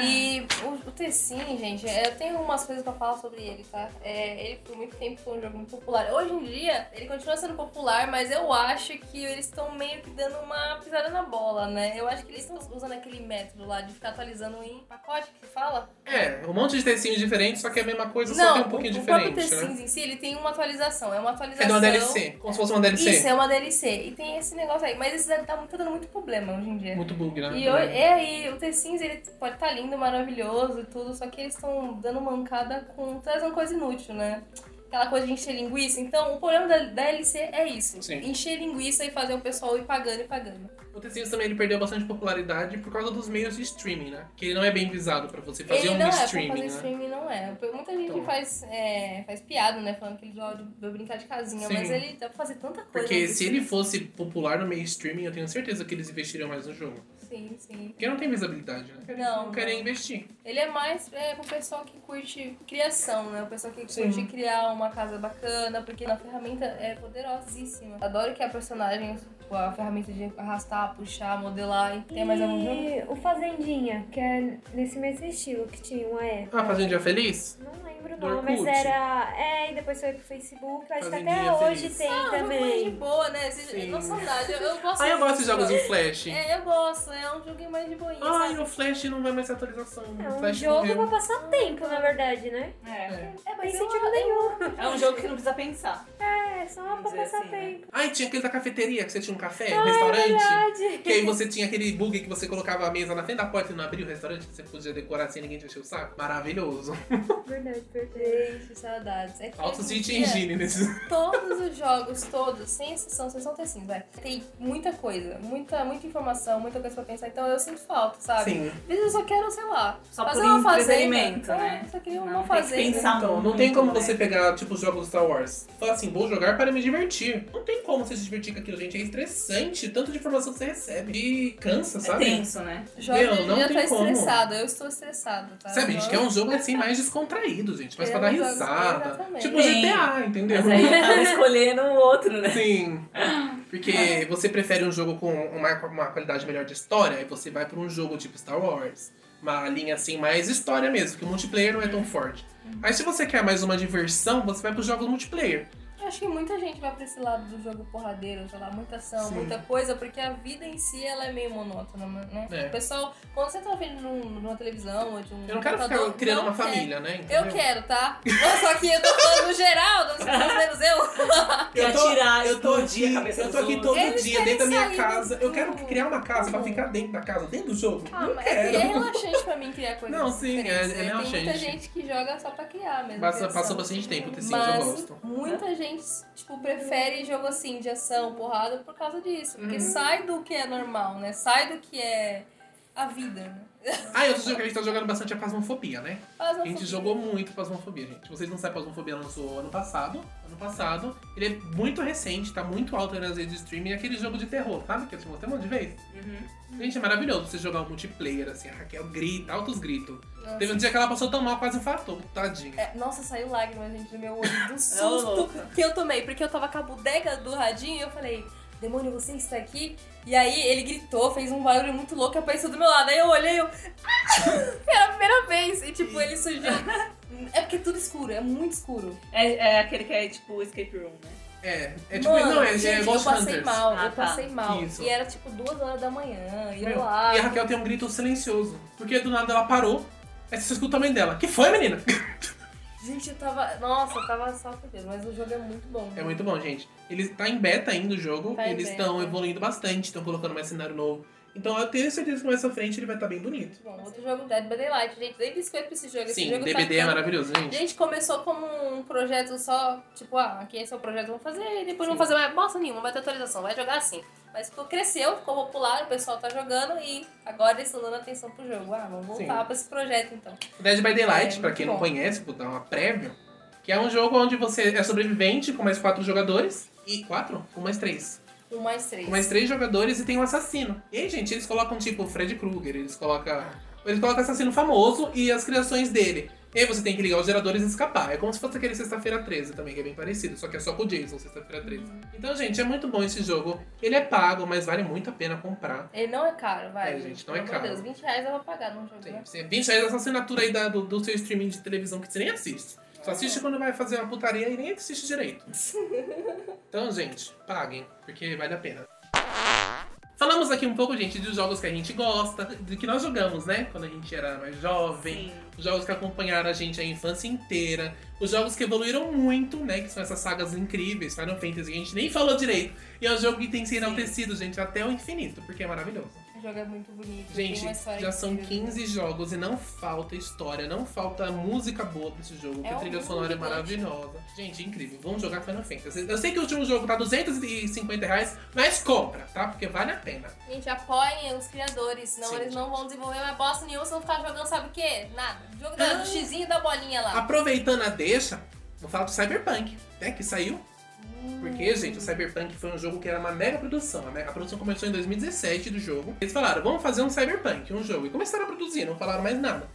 [SPEAKER 2] E o, o Tessin, gente, é, eu tenho umas coisas pra falar sobre ele, tá? É, ele por muito tempo foi um jogo muito popular. Hoje em dia, ele continua sendo popular, mas eu acho que eles estão meio que dando uma pisada na bola, né? Eu acho que eles estão usando aquele método lá de ficar atualizando em pacote que se fala.
[SPEAKER 3] É, um monte de The Sims diferente, só que é a mesma coisa, só
[SPEAKER 2] Não,
[SPEAKER 3] que é um pouquinho
[SPEAKER 2] o, o
[SPEAKER 3] diferente,
[SPEAKER 2] próprio The
[SPEAKER 3] né?
[SPEAKER 2] Sims em si, ele tem uma atualização. É uma atualização.
[SPEAKER 3] É de uma DLC, como se fosse uma DLC.
[SPEAKER 2] Isso, é uma DLC. E tem esse negócio aí. Mas isso tá, tá dando muito problema hoje em dia.
[SPEAKER 3] Muito bug, né?
[SPEAKER 2] um E eu, é aí, o The Sims, ele pode estar lindo, maravilhoso e tudo, só que eles estão dando mancada com. trazendo coisa inútil, né? Aquela coisa de encher linguiça. Então, o problema da da DLC é isso:
[SPEAKER 3] Sim.
[SPEAKER 2] encher linguiça e fazer o pessoal ir pagando e pagando.
[SPEAKER 3] O The Sims também ele perdeu bastante popularidade por causa dos meios de streaming, né? Que ele não é bem visado pra você fazer
[SPEAKER 2] ele
[SPEAKER 3] um
[SPEAKER 2] não é, pra
[SPEAKER 3] streaming,
[SPEAKER 2] fazer
[SPEAKER 3] né?
[SPEAKER 2] streaming não é. Muita gente
[SPEAKER 3] Então.
[SPEAKER 2] faz, é, faz piada, né? Falando que ele joga de de brincar de casinha,
[SPEAKER 3] Sim.
[SPEAKER 2] mas ele dá pra fazer tanta coisa. tipo.
[SPEAKER 3] Porque se ele fosse popular no meio streaming, eu tenho certeza que eles investiriam mais no jogo.
[SPEAKER 2] Sim, sim.
[SPEAKER 3] Porque não tem visibilidade, né? Eles
[SPEAKER 2] Não,
[SPEAKER 3] não querem
[SPEAKER 2] não.
[SPEAKER 3] investir.
[SPEAKER 2] Ele é mais é, pro pessoal que curte criação, né? O pessoal que
[SPEAKER 3] Sim.
[SPEAKER 2] curte criar uma casa bacana, porque a ferramenta é poderosíssima. Adoro que a personagem, tipo, a ferramenta de arrastar, puxar, modelar. E tem mais algum jogo?
[SPEAKER 5] E o Fazendinha, que é nesse mesmo estilo que tinha uma época.
[SPEAKER 3] Ah, fazendo dia feliz?
[SPEAKER 5] Não lembro o
[SPEAKER 3] Do
[SPEAKER 5] nome, mas
[SPEAKER 3] Orkut.
[SPEAKER 5] era. É, e depois foi pro Facebook. Acho que até
[SPEAKER 3] Fazendinha
[SPEAKER 5] hoje
[SPEAKER 3] Feliz.
[SPEAKER 5] tem
[SPEAKER 2] É um jogo mais de
[SPEAKER 5] também.
[SPEAKER 2] boa, né? Esse-
[SPEAKER 3] Sim.
[SPEAKER 2] Nossa saudade, eu, eu gosto
[SPEAKER 3] Ah, eu
[SPEAKER 2] muito
[SPEAKER 3] gosto de
[SPEAKER 2] desse
[SPEAKER 3] jogos em
[SPEAKER 2] jogo.
[SPEAKER 3] Flash.
[SPEAKER 2] É, eu gosto, é um joguinho mais de boinha,
[SPEAKER 3] Ai,
[SPEAKER 2] sabe?
[SPEAKER 3] o Flash não vai mais ter atualização.
[SPEAKER 5] É
[SPEAKER 3] o
[SPEAKER 5] um
[SPEAKER 3] Flash
[SPEAKER 5] jogo pra
[SPEAKER 3] morreu.
[SPEAKER 5] passar tempo, na verdade, né?
[SPEAKER 4] É.
[SPEAKER 5] Não tem
[SPEAKER 2] eu-
[SPEAKER 5] sentido
[SPEAKER 2] eu-
[SPEAKER 5] nenhum.
[SPEAKER 4] É um jogo que não precisa pensar.
[SPEAKER 5] É, só pra
[SPEAKER 4] Vamos dizer
[SPEAKER 5] passar
[SPEAKER 4] assim, né?
[SPEAKER 5] tempo.
[SPEAKER 3] Ai, tinha aquele da cafeteria, que você tinha um café, um
[SPEAKER 5] Ah,
[SPEAKER 3] restaurante.
[SPEAKER 5] é verdade.
[SPEAKER 3] Que aí você tinha aquele bug que você colocava a mesa na frente da porta e não abria o restaurante, que você podia decorar sem ninguém te encher o saco. Maravilhoso.
[SPEAKER 4] É,
[SPEAKER 5] Verdade, verdade.
[SPEAKER 2] Gente, saudades. É que
[SPEAKER 3] Altos
[SPEAKER 2] hoje
[SPEAKER 3] de
[SPEAKER 2] em dia,
[SPEAKER 3] higiene nesses.
[SPEAKER 2] Todos os jogos, todos, sem exceção, vocês são assim, vai. Tem muita coisa, muita, muita informação, muita coisa pra pensar. Então eu sinto falta, sabe?
[SPEAKER 3] Sim.
[SPEAKER 2] Às vezes eu só quero, sei lá,
[SPEAKER 4] Só
[SPEAKER 2] fazer
[SPEAKER 4] por
[SPEAKER 2] uma fazenda.
[SPEAKER 4] entretenimento,
[SPEAKER 2] É,
[SPEAKER 4] né?
[SPEAKER 2] Só queria
[SPEAKER 4] Não,
[SPEAKER 2] uma
[SPEAKER 4] tem que
[SPEAKER 2] fazenda.
[SPEAKER 4] pensar.
[SPEAKER 3] Então, não
[SPEAKER 4] muito,
[SPEAKER 3] tem como
[SPEAKER 4] né?
[SPEAKER 3] você pegar, tipo, os jogos Star Wars. Fala assim, vou jogar para me divertir. Não tem como você se divertir com aquilo, gente. É estressante, o tanto de informação que você recebe. E cansa,
[SPEAKER 4] É
[SPEAKER 3] sabe?
[SPEAKER 4] tenso, né?
[SPEAKER 2] Jovem
[SPEAKER 3] Meu,
[SPEAKER 2] hoje em
[SPEAKER 3] não
[SPEAKER 2] dia
[SPEAKER 3] tem
[SPEAKER 2] tá
[SPEAKER 3] como.
[SPEAKER 2] estressado, eu estou estressado, tá?
[SPEAKER 3] Sabe, a gente quer um jogo assim mais descontraído, gente. Mais pra dar
[SPEAKER 2] Queremos jogos-
[SPEAKER 3] risada.
[SPEAKER 2] exatamente.
[SPEAKER 3] Tipo
[SPEAKER 4] Sim.
[SPEAKER 3] GTA, entendeu?
[SPEAKER 4] um Mas aí eu tava escolhendo o outro, né?
[SPEAKER 3] Sim. Porque você prefere um jogo com uma, uma qualidade melhor de história, e você vai pra um jogo tipo Star Wars. Uma linha assim, mais história mesmo, que o multiplayer não é
[SPEAKER 2] Uhum.
[SPEAKER 3] tão forte. Aí se você quer mais uma diversão, você vai pros jogos multiplayer.
[SPEAKER 2] Eu acho que muita gente vai pra esse lado do jogo porradeiro, sei lá, muita ação,
[SPEAKER 3] Sim.
[SPEAKER 2] muita coisa, porque a vida em si ela é meio monótona, né?
[SPEAKER 3] É.
[SPEAKER 2] O pessoal, quando você tá vendo num- numa televisão ou de um.
[SPEAKER 3] Eu não quero ficar
[SPEAKER 2] computador,
[SPEAKER 3] criando
[SPEAKER 2] não
[SPEAKER 3] uma
[SPEAKER 2] quer.
[SPEAKER 3] família, né?
[SPEAKER 2] Eu
[SPEAKER 3] entendeu?
[SPEAKER 2] quero, tá? Não, só que eu tô falando no geral, não pelo menos eu.
[SPEAKER 4] Quer atirar,
[SPEAKER 3] eu tô
[SPEAKER 4] explodir
[SPEAKER 3] aqui,
[SPEAKER 4] a cabeça
[SPEAKER 3] eu
[SPEAKER 4] dos
[SPEAKER 3] tô aqui
[SPEAKER 4] outros.
[SPEAKER 3] todo
[SPEAKER 2] Eles
[SPEAKER 3] dia, dentro da
[SPEAKER 2] querem
[SPEAKER 3] minha
[SPEAKER 2] sair
[SPEAKER 3] casa.
[SPEAKER 2] do-
[SPEAKER 3] Eu quero criar uma casa pra
[SPEAKER 2] Não.
[SPEAKER 3] ficar dentro da casa, dentro do jogo.
[SPEAKER 2] Ah,
[SPEAKER 3] não
[SPEAKER 2] mas é, que é
[SPEAKER 3] quero.
[SPEAKER 2] relaxante pra mim criar coisas.
[SPEAKER 3] Não, sim, é-
[SPEAKER 2] diferentes, né?
[SPEAKER 3] é
[SPEAKER 2] Tem muita
[SPEAKER 3] relaxante.
[SPEAKER 2] gente que joga só pra criar mesmo.
[SPEAKER 3] Passa,
[SPEAKER 2] criação.
[SPEAKER 3] passou bastante tempo, The Sims, eu
[SPEAKER 2] Mas
[SPEAKER 3] gosto.
[SPEAKER 2] muita gente, tipo, prefere jogo assim, de ação, porrada, por causa disso. Porque
[SPEAKER 3] Uhum.
[SPEAKER 2] sai do que é normal, né? Sai do que é a vida, né?
[SPEAKER 3] Ah, eu sei que a gente tá jogando bastante a Pasmofobia, né?
[SPEAKER 2] Mas não
[SPEAKER 3] A gente
[SPEAKER 2] foi-
[SPEAKER 3] jogou muito Pasmofobia, gente. Vocês não sabem, Pasmofobia lançou ano passado. Ano passado. Ele é muito recente, tá muito alto aí nas redes de streaming. É aquele jogo de terror, sabe? Que eu te mostrei um monte de vez.
[SPEAKER 4] Uhum.
[SPEAKER 3] Gente, é maravilhoso você jogar um multiplayer, assim. A Raquel grita, altos gritos.
[SPEAKER 2] Nossa.
[SPEAKER 3] Teve um dia que ela passou tão mal, quase infartou. Tadinha.
[SPEAKER 2] É, nossa, saiu lágrimas, gente, do meu olho, do
[SPEAKER 3] É
[SPEAKER 2] susto
[SPEAKER 4] louca.
[SPEAKER 2] que eu tomei. Porque eu tava com a bodega do radinho e eu falei, demônio, você está aqui? E aí ele gritou, fez um barulho muito louco e apareceu do meu lado. Aí eu olhei e eu. "Ah!" Era a primeira vez. E tipo, ele surgiu. É porque é tudo escuro, é muito escuro.
[SPEAKER 4] É, é aquele que é tipo escape room, né?
[SPEAKER 3] É, é tipo...
[SPEAKER 2] Mano,
[SPEAKER 3] não, é, é
[SPEAKER 2] gente, eu
[SPEAKER 3] Ghost
[SPEAKER 2] passei
[SPEAKER 3] Hunters.
[SPEAKER 2] mal,
[SPEAKER 4] Ah,
[SPEAKER 2] eu
[SPEAKER 4] tá.
[SPEAKER 2] passei mal.
[SPEAKER 3] Isso.
[SPEAKER 2] E era tipo duas horas da manhã, e
[SPEAKER 3] Meu,
[SPEAKER 2] eu lá.
[SPEAKER 3] E a Raquel tem um grito silencioso. Porque do nada ela parou. Aí você escuta a mãe dela. Que foi, menina?
[SPEAKER 2] Gente, eu tava. Nossa, eu tava só fudendo, mas o jogo é muito bom.
[SPEAKER 3] É muito bom, gente. Ele tá em beta ainda o jogo,
[SPEAKER 2] Tá em
[SPEAKER 3] eles
[SPEAKER 2] beta.
[SPEAKER 3] estão evoluindo bastante, estão colocando mais cenário novo. Então eu tenho certeza que mais pra frente ele vai estar bem bonito.
[SPEAKER 2] Bom, outro jogo Dead by Daylight, gente, dei biscoito pra esse jogo. esse
[SPEAKER 3] Sim,
[SPEAKER 2] jogo tá
[SPEAKER 3] DBD é
[SPEAKER 2] ficando-
[SPEAKER 3] maravilhoso, gente.
[SPEAKER 2] Gente, começou como um projeto só, tipo, ah, aqui esse é o projeto, vamos fazer, e depois não vamos
[SPEAKER 3] Sim.
[SPEAKER 2] fazer mais bosta nenhuma, vai ter atualização, vai jogar assim. Mas ficou, cresceu, ficou popular, o pessoal tá jogando e agora eles estão dando atenção pro jogo. Ah, vamos
[SPEAKER 3] Sim.
[SPEAKER 2] voltar pra esse projeto então.
[SPEAKER 3] Dead by Daylight,
[SPEAKER 2] É,
[SPEAKER 3] pra
[SPEAKER 2] muito
[SPEAKER 3] quem não
[SPEAKER 2] bom.
[SPEAKER 3] conhece, vou dar uma prévia. Que é um jogo onde você é sobrevivente com mais quatro jogadores. E quatro? Com mais três.
[SPEAKER 2] Um mais três.
[SPEAKER 3] Com mais três jogadores e tem um assassino. E aí, gente, eles colocam tipo o Fred Krueger, eles colocam. Eles colocam assassino famoso e as criações dele. E aí você tem que ligar os geradores e escapar. É como se fosse aquele Sexta-feira 13 também, que é bem parecido, só que é só com o Jason, Sexta-feira 13. Então, gente, é muito bom esse jogo. Ele é pago, mas vale muito a pena comprar.
[SPEAKER 2] Ele não é caro, vai.
[SPEAKER 3] É, gente, não
[SPEAKER 2] Pelo
[SPEAKER 3] é
[SPEAKER 2] amor de
[SPEAKER 3] caro.
[SPEAKER 2] Deus, 20 reais eu vou pagar num jogo,
[SPEAKER 3] Tem
[SPEAKER 2] né?
[SPEAKER 3] você- 20 reais essa assinatura aí da- do, do seu streaming de televisão que você nem assiste. Só assiste quando vai fazer uma putaria e nem assiste direito. Então, gente, paguem, porque vale a pena. Falamos aqui um pouco, gente, dos jogos que a gente gosta, do que nós jogamos, né? Quando a gente era mais jovem.
[SPEAKER 4] Sim.
[SPEAKER 3] Os jogos que acompanharam a gente a infância inteira. Os jogos que evoluíram muito, né? Que são essas sagas incríveis, Final Fantasy, que a gente nem falou direito. E é um jogo que tem que ser enaltecido, gente, até o infinito, porque é maravilhoso.
[SPEAKER 2] O jogo é muito bonito.
[SPEAKER 3] Gente,
[SPEAKER 2] tem uma história
[SPEAKER 3] já são
[SPEAKER 2] incrível.
[SPEAKER 3] 15 jogos e não falta história, não falta música boa pra esse jogo, porque
[SPEAKER 2] É
[SPEAKER 3] a
[SPEAKER 2] um
[SPEAKER 3] trilha
[SPEAKER 2] mundo
[SPEAKER 3] sonora é
[SPEAKER 2] gigante.
[SPEAKER 3] maravilhosa. Gente, incrível. Vamos jogar Final Fantasy. Eu sei que o último jogo tá 250 reais, mas compra, tá? Porque vale a pena.
[SPEAKER 2] Gente, apoiem os criadores, senão
[SPEAKER 3] Sim,
[SPEAKER 2] eles não vão desenvolver mais bosta nenhuma se não ficar jogando, sabe o quê? Nada. Jogo
[SPEAKER 3] Ah.
[SPEAKER 2] da, do xizinho e da bolinha lá.
[SPEAKER 3] Aproveitando a deixa, vou falar do Cyberpunk, né? Que saiu. Porque, gente, o Cyberpunk foi um jogo que era uma mega produção. né? A produção começou em 2017 do jogo. Eles falaram, vamos fazer um Cyberpunk, um jogo. E começaram a produzir, não falaram mais nada.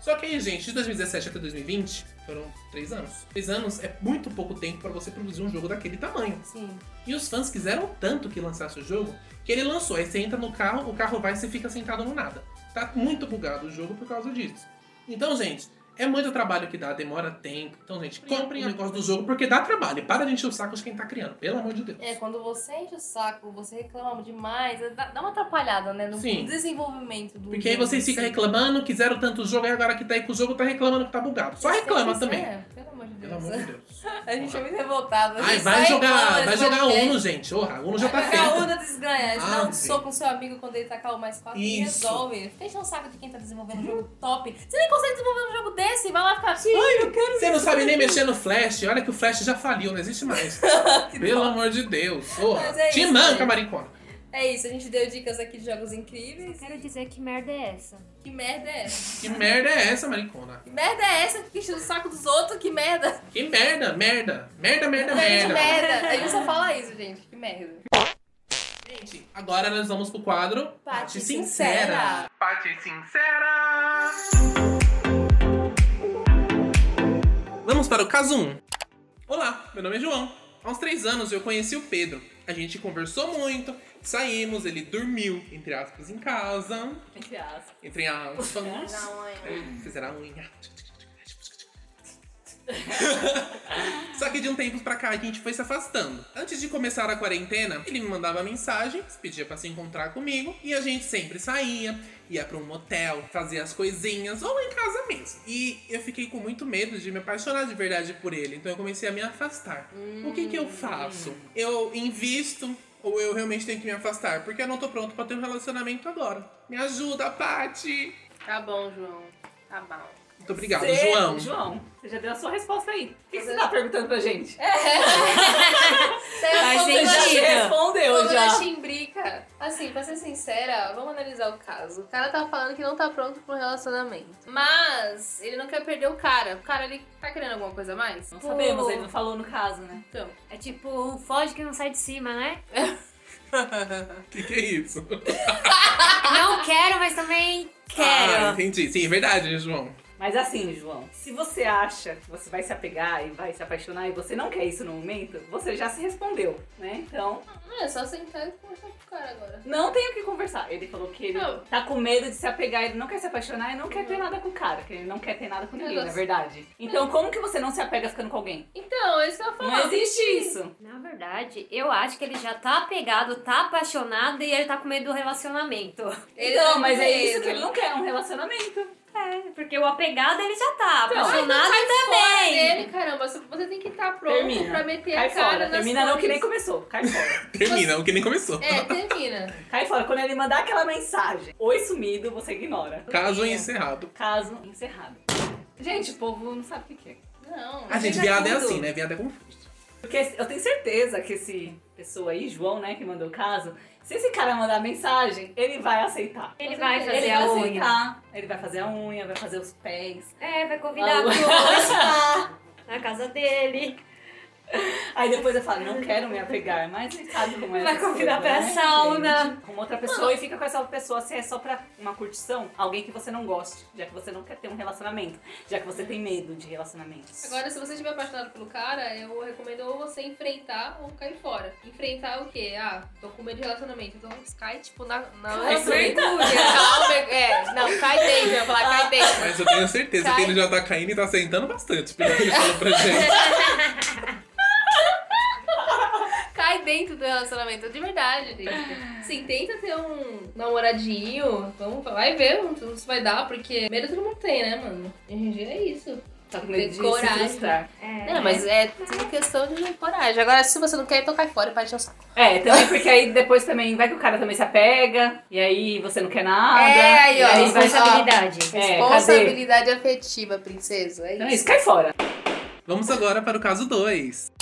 [SPEAKER 3] Só que aí, gente, de 2017 até 2020, foram três anos. Três anos é muito pouco tempo pra você produzir um jogo daquele tamanho.
[SPEAKER 2] Sim.
[SPEAKER 3] E os fãs quiseram tanto que lançasse o jogo que ele lançou. Aí você entra no carro, o carro vai e você fica sentado no nada. Tá muito bugado o jogo por causa disso. Então, gente, É muito trabalho que dá, demora tempo. Então, gente, comprem o negócio do jogo, porque dá trabalho. E para de encher o saco de quem tá criando, pelo amor de Deus.
[SPEAKER 2] É, quando você enche o saco, você reclama demais, é, dá, dá uma atrapalhada, né? No
[SPEAKER 3] Sim.
[SPEAKER 2] desenvolvimento do
[SPEAKER 3] Porque aí
[SPEAKER 2] jogo,
[SPEAKER 3] vocês ficam
[SPEAKER 2] assim.
[SPEAKER 3] reclamando, quiseram tanto o jogo, aí agora que tá aí com o jogo, tá reclamando que tá bugado. Só reclama
[SPEAKER 2] É,
[SPEAKER 3] também.
[SPEAKER 2] É, pelo amor de Deus.
[SPEAKER 3] Pelo amor de Deus.
[SPEAKER 2] A gente é muito revoltado. a
[SPEAKER 3] Ai,
[SPEAKER 2] gente
[SPEAKER 3] vai
[SPEAKER 2] só
[SPEAKER 3] jogar,
[SPEAKER 2] reclama
[SPEAKER 3] vai
[SPEAKER 2] desse
[SPEAKER 3] jogar
[SPEAKER 2] podcast.
[SPEAKER 3] Uno, gente. Orra, Uno já tá
[SPEAKER 2] Vai jogar
[SPEAKER 3] feito.
[SPEAKER 2] Uno desganha.
[SPEAKER 3] Ah,
[SPEAKER 2] Dá um
[SPEAKER 3] sim.
[SPEAKER 2] soco no seu amigo quando ele tá tacar o mais quatro e
[SPEAKER 3] Isso.
[SPEAKER 2] resolve. Fecha o saco de quem tá desenvolvendo um jogo top. Você nem consegue desenvolver um jogo desse, vai lá ficar. assim. Ai, eu quero
[SPEAKER 3] Você não sabe nem mexer no Flash. Olha que o Flash já faliu, não existe mais.
[SPEAKER 2] que
[SPEAKER 3] Pelo
[SPEAKER 2] dó.
[SPEAKER 3] amor de Deus. Orra.
[SPEAKER 2] Mas é
[SPEAKER 3] Te
[SPEAKER 2] isso,
[SPEAKER 3] manca,
[SPEAKER 2] gente.
[SPEAKER 3] maricona.
[SPEAKER 2] É isso, a gente deu dicas aqui de jogos incríveis.
[SPEAKER 5] Quero dizer que merda é essa?
[SPEAKER 2] Que merda é essa?
[SPEAKER 3] Que merda é essa, maricona?
[SPEAKER 2] Que merda é essa que enche o saco dos outros? Que merda!
[SPEAKER 3] Que merda, merda. Merda, merda,
[SPEAKER 2] Que
[SPEAKER 3] merda.
[SPEAKER 2] merda! A gente só fala isso, gente. Que merda.
[SPEAKER 3] Gente, agora nós vamos pro quadro
[SPEAKER 2] Parte Sincera.
[SPEAKER 3] Parte Sincera. Vamos para o caso 1. Olá, meu nome é João. Há uns 3 anos eu conheci o Pedro. A gente conversou muito, saímos, ele dormiu, entre aspas, em casa.
[SPEAKER 4] Entre aspas.
[SPEAKER 3] Entre aspas. Fizeram a unha. Só que de um tempo pra cá a gente foi se afastando. Antes de começar a quarentena, ele me mandava mensagens, pedia pra se encontrar comigo e a gente sempre saía, ia pra um motel, fazia as coisinhas ou em casa mesmo. E eu fiquei com muito medo de me apaixonar de verdade por ele, então eu comecei a me afastar. O que que eu faço? Eu invisto ou eu realmente tenho que me afastar? Porque eu não tô pronto pra ter um relacionamento agora. Me ajuda, Paty!
[SPEAKER 2] Tá bom, João. Tá bom.
[SPEAKER 3] Muito obrigado,
[SPEAKER 4] Você-
[SPEAKER 3] João.
[SPEAKER 4] João, você já deu a sua resposta aí. O que que você tá perguntando pra gente?
[SPEAKER 2] É. um
[SPEAKER 1] Faz
[SPEAKER 4] Você já
[SPEAKER 1] sentido.
[SPEAKER 4] te respondeu,
[SPEAKER 2] Vamos na
[SPEAKER 4] já.
[SPEAKER 2] chimbrica. Assim, pra ser sincera, vamos analisar o caso. O cara tá falando que não tá pronto pra um relacionamento. Mas ele não quer perder o cara. O cara, ele tá querendo alguma coisa a mais?
[SPEAKER 4] Não sabemos, ele não falou no caso, né?
[SPEAKER 2] Então.
[SPEAKER 5] É tipo um foge que não sai de cima, né?
[SPEAKER 3] O que, que é isso?
[SPEAKER 5] Não quero, mas também
[SPEAKER 3] Ah,
[SPEAKER 5] quero.
[SPEAKER 3] entendi. Sim, é verdade, João.
[SPEAKER 4] Mas assim, João, se você acha que você vai se apegar e vai se apaixonar e você não quer isso no momento, você já se respondeu, né? Então,
[SPEAKER 2] Não, é só sentar e conversar com o cara agora.
[SPEAKER 4] não tem o que conversar. Ele falou que ele
[SPEAKER 2] Não. Uhum.
[SPEAKER 4] tá com medo de se apegar, ele não quer se apaixonar e não quer ter
[SPEAKER 2] Não.
[SPEAKER 4] nada com o cara, que ele não quer ter nada com ninguém,
[SPEAKER 2] Nossa.
[SPEAKER 4] na verdade. Então, como que você não se apega ficando com alguém?
[SPEAKER 2] Então, é isso que eu falo.
[SPEAKER 4] Não existe isso.
[SPEAKER 5] Na verdade, eu acho que ele já tá apegado, tá apaixonado e ele tá com medo do relacionamento.
[SPEAKER 2] Ele tá
[SPEAKER 4] não,
[SPEAKER 2] com
[SPEAKER 4] mas é
[SPEAKER 2] medo.
[SPEAKER 4] isso que ele não quer, um relacionamento.
[SPEAKER 5] É, porque o apegado ele já tá,
[SPEAKER 4] Então,
[SPEAKER 5] apaixonado
[SPEAKER 2] Fora
[SPEAKER 5] também.
[SPEAKER 2] dele, caramba. Você tem que estar pronto
[SPEAKER 4] Termina.
[SPEAKER 2] pra meter
[SPEAKER 4] Cai
[SPEAKER 2] É a cara
[SPEAKER 4] fora.
[SPEAKER 2] nas
[SPEAKER 4] Termina não que nem
[SPEAKER 2] coisas.
[SPEAKER 4] começou. Cai fora.
[SPEAKER 3] Termina, o que nem começou.
[SPEAKER 2] É, termina.
[SPEAKER 4] Cai fora. Quando ele mandar aquela mensagem, oi sumido, você ignora.
[SPEAKER 3] Caso encerrado.
[SPEAKER 4] Caso encerrado. Gente, o povo não sabe o que é.
[SPEAKER 2] Não.
[SPEAKER 3] A gente,
[SPEAKER 4] já
[SPEAKER 3] viado é
[SPEAKER 4] tudo.
[SPEAKER 3] assim, né? Viado é confuso.
[SPEAKER 4] Porque eu tenho certeza que esse pessoa aí, João, né, que mandou o caso, se esse cara mandar mensagem, ele vai aceitar.
[SPEAKER 5] Ele vai fazer
[SPEAKER 4] ele
[SPEAKER 5] a
[SPEAKER 4] vai
[SPEAKER 5] unha.
[SPEAKER 4] aceitar. Ele vai fazer a unha, vai fazer os pés.
[SPEAKER 5] É, vai convidar
[SPEAKER 4] Ah,
[SPEAKER 5] pro spa na casa dele.
[SPEAKER 4] Aí depois eu falo, não quero me apegar, mas ele sabe como é.
[SPEAKER 5] Vai
[SPEAKER 4] essa
[SPEAKER 5] convidar
[SPEAKER 4] coisa,
[SPEAKER 5] pra
[SPEAKER 4] né,
[SPEAKER 5] sauna.
[SPEAKER 4] gente? Com outra pessoa e fica com essa pessoa se é só pra uma curtição, alguém que você não goste, já que você não quer ter um relacionamento, já que você tem medo de relacionamentos.
[SPEAKER 2] Agora, se você estiver apaixonado pelo cara, eu recomendo ou você enfrentar ou cair fora. Enfrentar o quê? Ah, tô com medo de relacionamento. Então cai, tipo, na. na
[SPEAKER 4] Cai
[SPEAKER 2] na-
[SPEAKER 4] dentro.
[SPEAKER 2] Calma, é. Não, cai dentro, eu ia falar, cai dentro.
[SPEAKER 3] Mas eu tenho certeza que
[SPEAKER 2] Cai.
[SPEAKER 3] ele já tá caindo e tá sentando bastante, pelo que ele falou pra gente.
[SPEAKER 2] Cai dentro do relacionamento, de verdade, gente. Sim, tenta ter um namoradinho. Vamos, vai ver se vai dar, porque medo todo mundo tem, né, mano? Hoje em dia é isso.
[SPEAKER 4] Tá com medo de
[SPEAKER 2] Coragem.
[SPEAKER 4] se frustrar.
[SPEAKER 5] É,
[SPEAKER 2] É, mas é tudo questão de coragem. Agora, se você não quer, então cai fora e parte o saco.
[SPEAKER 4] É, também porque aí depois também vai que o cara também se apega, e aí você não quer nada.
[SPEAKER 2] É, aí,
[SPEAKER 4] e
[SPEAKER 2] ó,
[SPEAKER 4] aí vai
[SPEAKER 5] responsabilidade.
[SPEAKER 4] É, cadê?
[SPEAKER 2] Responsabilidade afetiva, princesa. É
[SPEAKER 4] Então
[SPEAKER 2] isso.
[SPEAKER 4] é isso, cai fora.
[SPEAKER 3] Vamos agora para o caso 2.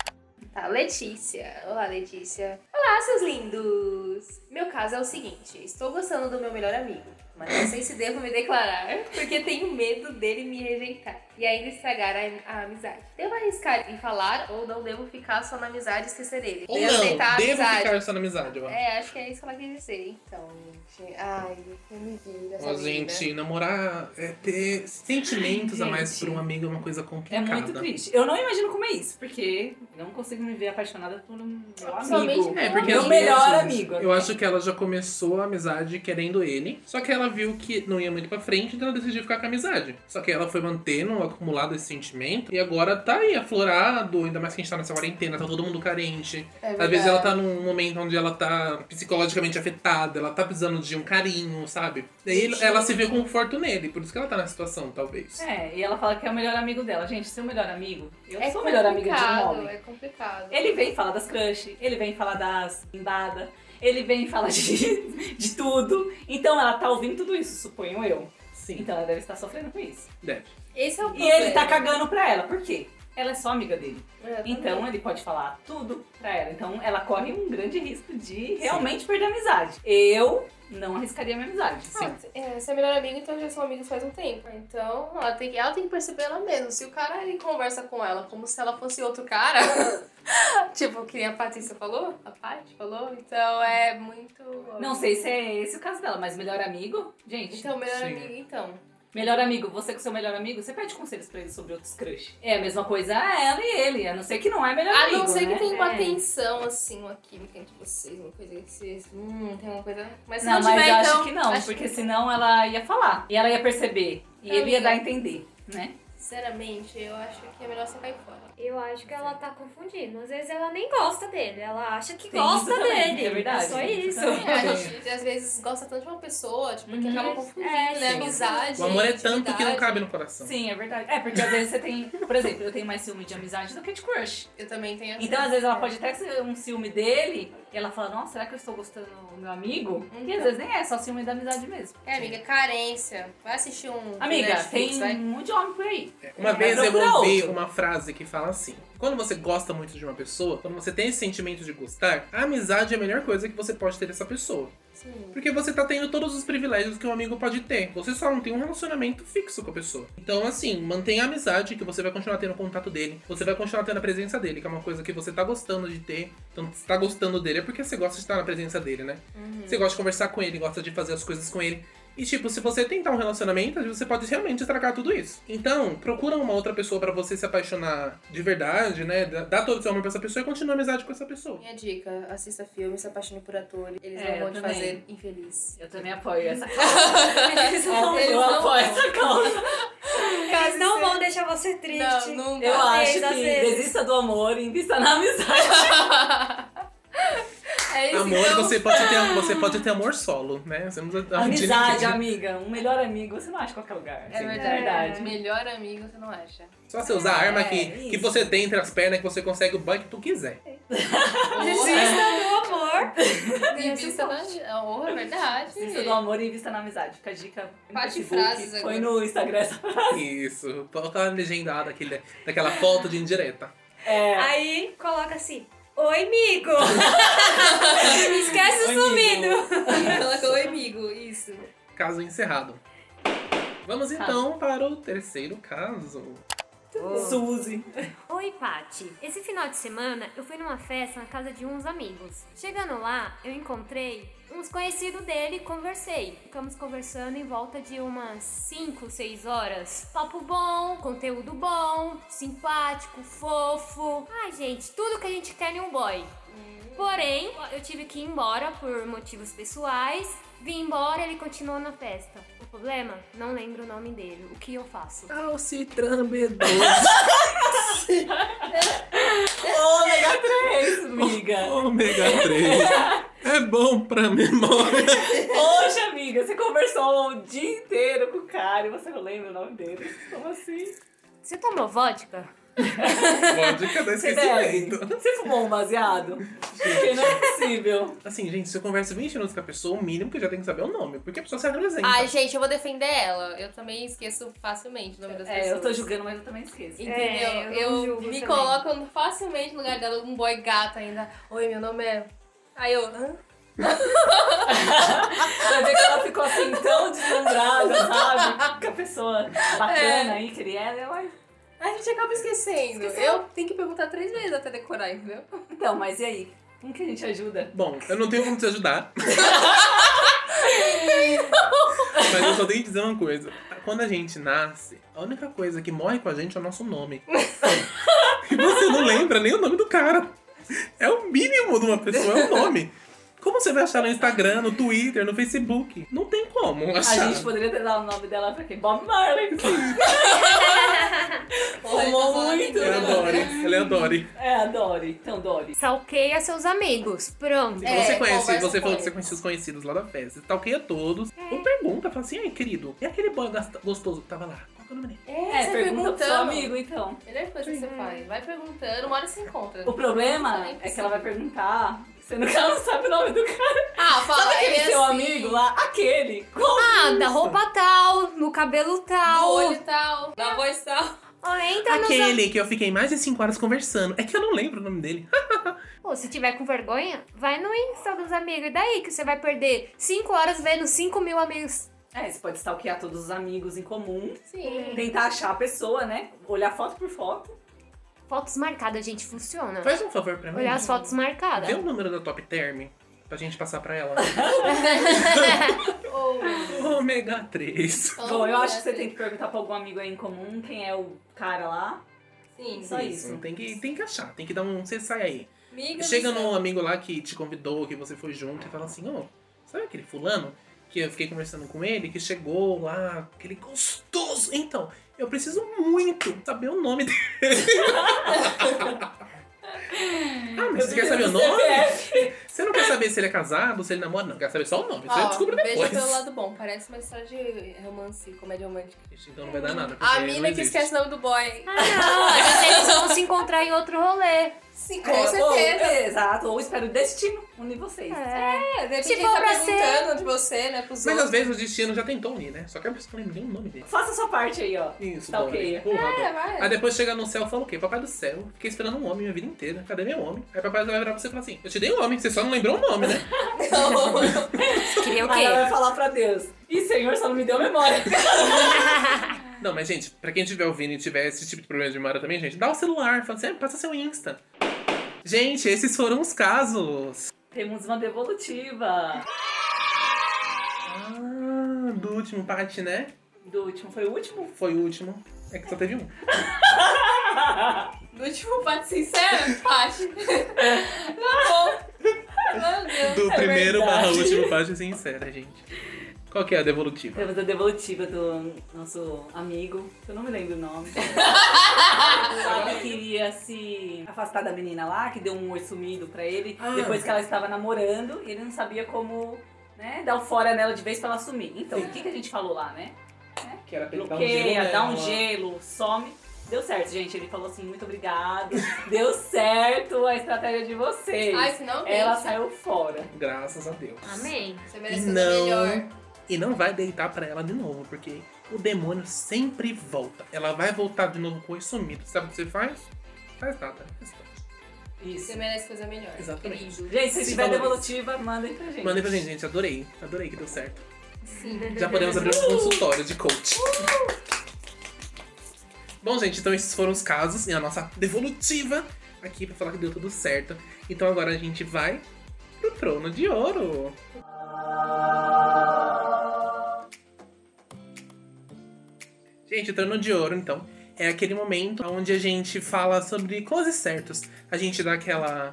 [SPEAKER 2] Tá, Letícia. Olá, Letícia. Olá, seus lindos! Meu caso é o seguinte: estou gostando do meu melhor amigo, mas não sei se devo me declarar, porque tenho medo dele me rejeitar e ainda estragar a, a amizade. Devo arriscar em falar ou não devo ficar só na amizade e esquecer ele.
[SPEAKER 3] Ou
[SPEAKER 2] Devo aceitar
[SPEAKER 3] não,
[SPEAKER 2] a
[SPEAKER 3] devo
[SPEAKER 2] amizade.
[SPEAKER 3] ficar só na amizade, eu acho.
[SPEAKER 2] É, acho que é isso que ela quer dizer. Então, gente. Ai, eu me vi nessa
[SPEAKER 3] Ó,
[SPEAKER 2] vida.
[SPEAKER 3] gente, namorar é ter sentimentos a mais
[SPEAKER 4] Gente.
[SPEAKER 3] por um amigo é uma coisa
[SPEAKER 4] É
[SPEAKER 3] complicada.
[SPEAKER 4] muito triste. Eu não imagino como é isso, porque eu não consigo me ver apaixonada por um meu
[SPEAKER 2] Principalmente
[SPEAKER 4] amigo.
[SPEAKER 2] por
[SPEAKER 3] É, porque
[SPEAKER 4] meu
[SPEAKER 3] às
[SPEAKER 4] melhor
[SPEAKER 3] vezes,
[SPEAKER 4] amigo.
[SPEAKER 3] Eu acho que ela já começou a amizade querendo ele, só que ela viu que não ia muito pra frente, então ela decidiu ficar com a amizade. Só que ela foi mantendo, acumulado esse sentimento, e agora tá aí aflorado, ainda mais que a gente tá nessa quarentena, tá todo mundo carente.
[SPEAKER 2] É
[SPEAKER 3] Às vezes
[SPEAKER 2] verdade.
[SPEAKER 3] ela tá num momento onde ela tá psicologicamente afetada, ela tá precisando de um carinho, sabe? Daí ele- ela se vê conforto nele, por isso que ela tá na situação, talvez.
[SPEAKER 4] É, e ela fala que é o melhor amigo dela. Gente, seu melhor amigo, eu
[SPEAKER 2] É
[SPEAKER 4] sou o melhor amigo de um
[SPEAKER 2] complicado,
[SPEAKER 4] homem.
[SPEAKER 2] é complicado.
[SPEAKER 4] Ele vem falar das crush, ele vem falar das embadas, ele vem falar de, de tudo. Então ela tá ouvindo tudo isso, suponho eu.
[SPEAKER 3] Sim,
[SPEAKER 4] Então ela deve estar sofrendo com isso.
[SPEAKER 3] deve.
[SPEAKER 2] Esse é o
[SPEAKER 4] E
[SPEAKER 2] problema.
[SPEAKER 4] ele tá cagando pra ela, por quê? Ela é só amiga dele.
[SPEAKER 2] É,
[SPEAKER 4] Então ele pode falar tudo pra ela. Então ela corre um grande risco de realmente perder a amizade. Eu não arriscaria minha amizade.
[SPEAKER 2] Ah, é, você é melhor amigo, então já são amigos faz um tempo. Então, ela tem que, ela tem que perceber ela mesma. Se o cara ele conversa com ela como se ela fosse outro cara, tipo, que nem a Patrícia falou, a Paty falou, então é muito.
[SPEAKER 4] Não sei se é esse o caso dela, mas melhor amigo? Gente,
[SPEAKER 2] Então, melhor
[SPEAKER 3] Sim.
[SPEAKER 2] amigo, então.
[SPEAKER 4] melhor amigo, você com seu melhor amigo, você pede conselhos pra ele sobre outros crush. É a mesma coisa ela e ele, a não ser que não é melhor
[SPEAKER 2] A
[SPEAKER 4] amigo.
[SPEAKER 2] não ser
[SPEAKER 4] né?
[SPEAKER 2] que tenha uma
[SPEAKER 5] É.
[SPEAKER 2] tensão, assim, uma química entre vocês, uma coisa que vocês. Hum, tem uma coisa. Mas se
[SPEAKER 4] Não, mas
[SPEAKER 2] tiver,
[SPEAKER 4] eu
[SPEAKER 2] então.
[SPEAKER 4] acho que não, porque senão ela ia falar. E ela ia perceber. E
[SPEAKER 2] Amiga.
[SPEAKER 4] ele ia dar a entender, né?
[SPEAKER 2] Sinceramente, eu acho que é melhor você cair fora.
[SPEAKER 5] Eu acho que ela tá confundindo. Às vezes ela nem gosta dele, ela acha que
[SPEAKER 4] Tem
[SPEAKER 5] gosta
[SPEAKER 4] isso também,
[SPEAKER 5] dele.
[SPEAKER 4] é verdade,
[SPEAKER 5] Só
[SPEAKER 4] tem isso
[SPEAKER 5] isso.
[SPEAKER 4] também.
[SPEAKER 2] É, a gente às vezes gosta tanto de uma pessoa, tipo, que
[SPEAKER 4] Uhum.
[SPEAKER 2] acaba confundindo,
[SPEAKER 5] É,
[SPEAKER 2] né?
[SPEAKER 5] sim.
[SPEAKER 2] Amizade.
[SPEAKER 3] O amor é tanto que não
[SPEAKER 2] intimidade.
[SPEAKER 3] cabe no coração.
[SPEAKER 4] Sim, é verdade. É, porque às vezes você tem. Por exemplo, eu tenho mais ciúme de amizade do que de crush.
[SPEAKER 2] Eu também tenho
[SPEAKER 4] Então, às vezes, ela pode até ser um ciúme dele e ela fala, nossa, será que eu estou gostando do meu amigo? E às
[SPEAKER 2] Então.
[SPEAKER 4] vezes nem é, só ciúme da amizade mesmo.
[SPEAKER 2] É, amiga, carência. Vai assistir um.
[SPEAKER 4] Amiga,
[SPEAKER 2] Netflix,
[SPEAKER 4] tem
[SPEAKER 2] vai.
[SPEAKER 4] muito homem por aí.
[SPEAKER 3] Uma
[SPEAKER 4] É,
[SPEAKER 3] vez eu
[SPEAKER 4] procura
[SPEAKER 3] ouvi
[SPEAKER 4] outro.
[SPEAKER 3] uma frase que fala assim: quando você gosta muito de uma pessoa, quando você tem esse sentimento de gostar, a amizade é a melhor coisa que você pode ter essa pessoa.
[SPEAKER 2] Sim.
[SPEAKER 3] Porque você tá tendo todos os privilégios que um amigo pode ter. Você só não tem um relacionamento fixo com a pessoa. Então, assim, mantenha a amizade, que você vai continuar tendo contato dele. Você vai continuar tendo a presença dele, que é uma coisa que você tá gostando de ter. Então, se tá gostando dele, é porque você gosta de estar na presença dele, né? Você gosta de conversar com ele, gosta de fazer as coisas com ele. E, tipo, se você tentar um relacionamento, às vezes você pode realmente estragar tudo isso. Então, procura uma outra pessoa pra você se apaixonar de verdade, né? Dá- Dá todo o seu amor pra essa pessoa e continua a amizade com essa pessoa.
[SPEAKER 2] Minha dica: assista filme, se apaixone por atores. Eles
[SPEAKER 4] É,
[SPEAKER 2] não vão
[SPEAKER 4] eu
[SPEAKER 2] te
[SPEAKER 4] também.
[SPEAKER 2] fazer infeliz.
[SPEAKER 4] Eu também apoio essa
[SPEAKER 5] Eles não,
[SPEAKER 4] Eu
[SPEAKER 2] não-
[SPEAKER 4] apoio essa causa.
[SPEAKER 5] eles não vão deixar você triste.
[SPEAKER 2] Não, nunca.
[SPEAKER 4] Eu
[SPEAKER 5] Às
[SPEAKER 4] acho
[SPEAKER 5] vezes, às
[SPEAKER 4] que
[SPEAKER 5] vezes.
[SPEAKER 4] desista do amor e invista na amizade.
[SPEAKER 2] É isso
[SPEAKER 3] Amor,
[SPEAKER 2] então.
[SPEAKER 3] você, pode ter, você pode ter amor solo, né? Você não precisa-
[SPEAKER 4] Amizade, amiga, um melhor amigo, você não acha em qualquer lugar.
[SPEAKER 2] É
[SPEAKER 4] Sim.
[SPEAKER 2] verdade. Melhor amigo, você não acha?
[SPEAKER 3] Só você usar a arma
[SPEAKER 4] É,
[SPEAKER 3] que,
[SPEAKER 4] isso.
[SPEAKER 3] que você tem entre as pernas, que você consegue o boy que tu quiser.
[SPEAKER 5] Desista do
[SPEAKER 4] É.
[SPEAKER 5] amor.
[SPEAKER 2] Invista na. Oh, é é verdade.
[SPEAKER 4] Desista do amor e invista na amizade. Fica a dica. no
[SPEAKER 2] Parte
[SPEAKER 4] Facebook,
[SPEAKER 2] frases
[SPEAKER 4] Põe
[SPEAKER 2] agora.
[SPEAKER 4] no Instagram essa frase.
[SPEAKER 3] Isso, tá coloca a legendada daquele, né? daquela foto de indireta.
[SPEAKER 4] É.
[SPEAKER 5] Aí coloca assim: Oi, amigo. Esquece o sumido.
[SPEAKER 2] Colocou o amigo, isso.
[SPEAKER 3] Caso encerrado. Vamos
[SPEAKER 4] Tá.
[SPEAKER 3] então para o terceiro caso.
[SPEAKER 4] Suzy.
[SPEAKER 5] Oi, Pati. Esse final de semana eu fui numa festa na casa de uns amigos. Chegando lá, eu encontrei uns conhecidos dele e conversei. Ficamos conversando em volta de umas 5, 6 horas. Papo bom, conteúdo bom, simpático, fofo. Ai, gente, tudo que a gente quer em um boy. Porém, eu tive que ir embora por motivos pessoais. Vim embora, ele continuou na festa. O problema? Não lembro o nome dele. O que eu faço?
[SPEAKER 3] Alcitran B12.
[SPEAKER 4] Ômega 3, amiga.
[SPEAKER 3] Ômega 3. É bom pra memória.
[SPEAKER 4] Hoje, amiga, você conversou o dia inteiro com o cara e você não lembra o nome dele. Como assim?
[SPEAKER 5] Você tomou vodka?
[SPEAKER 3] Vodka do
[SPEAKER 4] Você bebe?
[SPEAKER 3] esquecimento.
[SPEAKER 4] Você fumou um baseado? Porque não é possível.
[SPEAKER 3] Assim, gente, se eu converso 20 minutos com a pessoa, o mínimo que eu já tenho que saber é o nome. Porque a pessoa se apresenta.
[SPEAKER 2] Ai, gente, eu vou defender ela. Eu também esqueço facilmente o nome das pessoas.
[SPEAKER 4] É, eu tô julgando, mas eu também esqueço.
[SPEAKER 2] Entendeu?
[SPEAKER 5] É, eu não
[SPEAKER 2] eu
[SPEAKER 5] julgo
[SPEAKER 2] me
[SPEAKER 5] também.
[SPEAKER 2] coloco facilmente no lugar dela, um boy gato ainda. Oi, meu nome é. Aí eu. Hã?
[SPEAKER 4] Pra ver que ela ficou assim tão deslumbrada, sabe? Com a pessoa bacana aí, que ele é, ela vai.
[SPEAKER 2] A gente acaba esquecendo. Eu tenho que perguntar três vezes até decorar, entendeu?
[SPEAKER 4] Então, mas e aí? Como que a gente ajuda?
[SPEAKER 3] Bom, eu não tenho como te ajudar. Mas eu só tenho que dizer uma coisa. Quando a gente nasce, a única coisa que morre com a gente é o nosso nome. e você não lembra nem o nome do cara. É o mínimo de uma pessoa, é o nome. Como você vai achar no Instagram, no Twitter, no Facebook? Não tem como
[SPEAKER 4] A
[SPEAKER 3] achar.
[SPEAKER 4] gente poderia ter dado o nome dela pra quem? Bob Marley.
[SPEAKER 2] tá
[SPEAKER 4] Fumou muito,
[SPEAKER 3] Ela é a Dory. Ela é a Dory.
[SPEAKER 4] É, a Dory. Então, Dory.
[SPEAKER 1] Salqueia seus amigos. Pronto.
[SPEAKER 2] É,
[SPEAKER 3] você conhece,
[SPEAKER 2] conversa
[SPEAKER 3] você
[SPEAKER 2] com
[SPEAKER 3] falou que você
[SPEAKER 2] eles.
[SPEAKER 3] conhecia os conhecidos lá da festa. Talqueia todos. Ou pergunta, fala assim, ai, querido, e aquele boy gasta- gostoso que tava lá? Qual que é o nome dele?
[SPEAKER 2] É, você
[SPEAKER 4] pergunta pro seu
[SPEAKER 2] perguntando.
[SPEAKER 4] amigo, então.
[SPEAKER 2] Melhor coisa que você faz. Vai perguntando, uma hora você encontra.
[SPEAKER 4] O problema é que ela vai perguntar, sendo que ela não sabe o nome do cara.
[SPEAKER 2] Ah, fala
[SPEAKER 4] Sabe aquele
[SPEAKER 2] ele
[SPEAKER 4] seu
[SPEAKER 2] assim,
[SPEAKER 4] amigo lá? Aquele. Qual?
[SPEAKER 1] Ah, da roupa tal, no cabelo
[SPEAKER 2] do
[SPEAKER 1] tal.
[SPEAKER 2] olho e tal, da voz e tal.
[SPEAKER 1] Ó, entra nos am-
[SPEAKER 3] Aquele que eu fiquei mais de 5 horas conversando. É que eu não lembro o nome dele. Ah,
[SPEAKER 1] Pô, se tiver com vergonha, vai no Insta dos amigos. E daí que você vai perder 5 horas vendo 5 mil amigos.
[SPEAKER 4] É, você pode stalkear todos os amigos em comum.
[SPEAKER 2] Sim.
[SPEAKER 4] Tentar achar a pessoa, né? Olhar foto por foto.
[SPEAKER 1] Fotos marcadas, gente, funciona.
[SPEAKER 3] Faz um favor pra mim.
[SPEAKER 1] Olhar as fotos marcadas.
[SPEAKER 3] Vê o número da Top Term pra gente passar pra ela.
[SPEAKER 2] Ou...
[SPEAKER 3] Ômega 3.
[SPEAKER 4] Bom,
[SPEAKER 2] Então,
[SPEAKER 4] eu acho que você tem que perguntar pra algum amigo aí em comum quem é o cara lá.
[SPEAKER 2] Sim.
[SPEAKER 4] Só isso.
[SPEAKER 3] Tem que, tem que achar, tem que dar um. Você sai aí.
[SPEAKER 2] Amiga do
[SPEAKER 3] Chega
[SPEAKER 2] céu.
[SPEAKER 3] num amigo lá que te convidou, que você foi junto e fala assim: Ô, sabe aquele fulano que eu fiquei conversando com ele, que chegou lá, aquele gostoso? Então, eu preciso muito saber o nome dele. ah, mas você quer saber o nome? Você não quer saber se ele é casado, se ele namora, não. Quer saber só o nome. Você
[SPEAKER 2] Ó,
[SPEAKER 3] descobre
[SPEAKER 2] veja
[SPEAKER 3] depois.
[SPEAKER 2] pelo lado bom. Parece uma história de romance, comédia romântica.
[SPEAKER 3] Ixi, Então não vai dar nada.
[SPEAKER 2] A
[SPEAKER 3] porque
[SPEAKER 2] mina
[SPEAKER 3] não
[SPEAKER 2] que
[SPEAKER 3] existe.
[SPEAKER 2] esquece o nome do boy.
[SPEAKER 1] Ah, não, às vezes eles vão se encontrar em outro rolê.
[SPEAKER 2] Sim,
[SPEAKER 4] É,
[SPEAKER 2] com
[SPEAKER 4] ou-
[SPEAKER 2] certeza.
[SPEAKER 4] é, exato. Ou espero o destino unir vocês.
[SPEAKER 1] É.
[SPEAKER 2] É, de repente
[SPEAKER 1] Se
[SPEAKER 2] ele
[SPEAKER 1] for
[SPEAKER 2] tá
[SPEAKER 1] pra ser-
[SPEAKER 2] perguntando de você, né, pros
[SPEAKER 3] Mas às
[SPEAKER 2] outros.
[SPEAKER 3] vezes o destino já tentou unir, né? Só que a pessoa não lembra nem o nome dele.
[SPEAKER 4] Faça a sua parte aí, ó.
[SPEAKER 3] Isso,
[SPEAKER 4] Tá
[SPEAKER 3] Dory.
[SPEAKER 4] ok.
[SPEAKER 3] Porra, Dory.
[SPEAKER 2] É, vai.
[SPEAKER 3] Aí depois chega no céu e fala o quê? Papai do céu, fiquei esperando um homem minha vida inteira. Cadê meu homem? Aí papai vai virar pra você e falar assim: Eu te dei um homem, você só não lembrou o nome, né?
[SPEAKER 2] Não.
[SPEAKER 1] Queria o
[SPEAKER 4] Aí ela
[SPEAKER 1] quê?
[SPEAKER 4] vai falar pra Deus. Ih, Senhor, só não me deu memória.
[SPEAKER 3] não, mas gente, pra quem estiver ouvindo e tiver esse tipo de problema de memória também, gente, dá o celular, fala assim, "Ah, passa seu Insta. Gente, esses foram os casos.
[SPEAKER 4] Temos uma devolutiva.
[SPEAKER 3] Ah, do último parte, né?
[SPEAKER 4] Do último, foi o último?
[SPEAKER 3] Foi o último. É que só teve um.
[SPEAKER 2] Do último parte sincero, Paty. tá bom. Meu Deus.
[SPEAKER 3] Do
[SPEAKER 4] É
[SPEAKER 3] primeiro
[SPEAKER 4] verdade.
[SPEAKER 3] barra último parte, sincera, gente. Qual que é a devolutiva?
[SPEAKER 4] Temos a devolutiva do nosso amigo, que eu não me lembro o nome. ele queria se afastar da menina lá, que deu um oi sumido pra ele,
[SPEAKER 3] Ah.
[SPEAKER 4] depois que ela estava namorando, e ele não sabia como né, dar o fora nela de vez pra ela sumir. Então, o que, que a gente falou lá, né?
[SPEAKER 3] Que era pra ele dar um
[SPEAKER 4] Bloqueia,
[SPEAKER 3] gelo
[SPEAKER 4] dá um
[SPEAKER 3] nela.
[SPEAKER 4] gelo, some. Deu certo, gente. Ele falou assim, muito obrigado. Deu certo a estratégia de vocês.
[SPEAKER 2] Ai, finalmente.
[SPEAKER 4] ela saiu fora.
[SPEAKER 3] Graças a Deus.
[SPEAKER 1] Amém.
[SPEAKER 2] Você
[SPEAKER 3] E
[SPEAKER 2] mereceu o melhor.
[SPEAKER 3] não, e não vai deitar pra ela de novo, porque o demônio sempre volta. Ela vai voltar de novo com o sumido. Sabe o que você faz? Faz nada.
[SPEAKER 4] Isso.
[SPEAKER 2] Você merece coisa melhor.
[SPEAKER 3] Exatamente.
[SPEAKER 2] Querido.
[SPEAKER 4] Gente, se
[SPEAKER 3] Se
[SPEAKER 4] tiver
[SPEAKER 3] valoriza.
[SPEAKER 4] devolutiva, mandem pra gente.
[SPEAKER 3] Mandei pra gente, gente. Adorei. Adorei que deu certo.
[SPEAKER 2] Sim.
[SPEAKER 3] Já podemos abrir um consultório de coach. Bom, gente, então esses foram os casos e a nossa devolutiva aqui pra falar que deu tudo certo. Então agora a gente vai pro trono de ouro. Gente, o trono de ouro, então, é aquele momento onde a gente fala sobre closes certos. A gente dá aquela,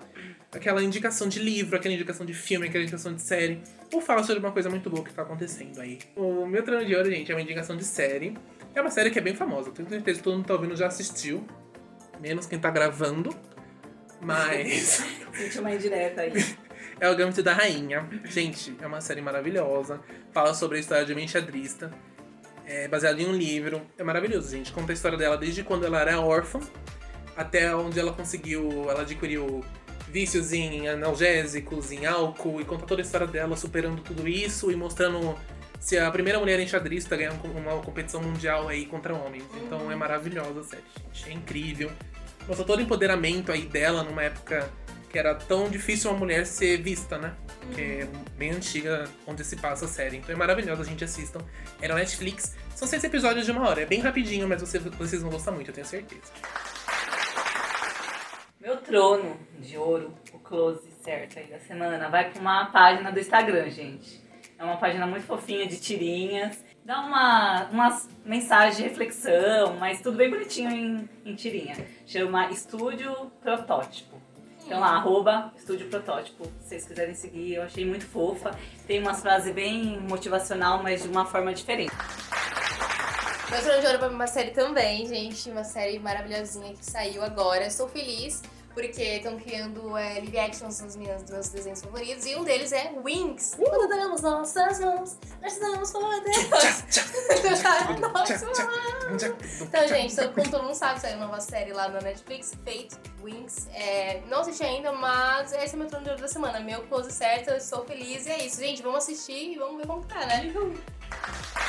[SPEAKER 3] aquela indicação de livro, aquela indicação de filme, aquela indicação de série ou fala sobre uma coisa muito boa que tá acontecendo aí. O meu treino de ouro, gente, é uma indicação de série. É uma série que é bem famosa. Tenho certeza que todo mundo que tá ouvindo já assistiu. Menos quem tá gravando. Mas
[SPEAKER 4] Senti uma indireta aí.
[SPEAKER 3] é o Gambito da Rainha. Gente, é uma série maravilhosa. Fala sobre a história de uma enxadrista. É baseado em um livro. É maravilhoso, gente. Conta a história dela desde quando ela era órfã até onde ela conseguiu. Ela adquiriu vícios em analgésicos, em álcool, e conta toda a história dela superando tudo isso e mostrando se a primeira mulher enxadrista ganhar um- uma competição mundial aí contra homens. Então é maravilhosa a série, gente. É incrível. Mostra todo o empoderamento aí dela numa época que era tão difícil uma mulher ser vista, né? Que é bem antiga onde se passa a série. Então é maravilhosa, a gente assistam. É na Netflix. São seis episódios de uma hora. É bem rapidinho, mas você- vocês vão gostar muito, eu tenho certeza.
[SPEAKER 4] Meu trono de ouro, o close certo aí da semana, vai pra uma página do Instagram, gente. É uma página muito fofinha de tirinhas. Dá uma, umas mensagens de reflexão, mas tudo bem bonitinho em, em tirinha. Chama Estúdio Protótipo. Então lá, arroba Estúdio Protótipo, se vocês quiserem seguir, eu achei muito fofa. Tem umas frases bem motivacional, mas de uma forma diferente.
[SPEAKER 2] Meu trono de ouro vai pra é uma série também, gente. Uma série maravilhosinha que saiu agora. Estou feliz porque estão criando é, live actions dos meus, dos meus desenhos favoritos. E um deles é Wings.
[SPEAKER 3] Uh!
[SPEAKER 2] Quando damos nossas mãos, nós damos como Deus. Então, gente, só- como todo mundo sabe, saiu uma nova série lá na Netflix, Fate Wings. É, não assisti ainda, mas esse é meu trono de ouro da semana. Meu close certo, eu estou feliz e é isso. Gente, vamos assistir e vamos ver como que tá, né?
[SPEAKER 3] Então,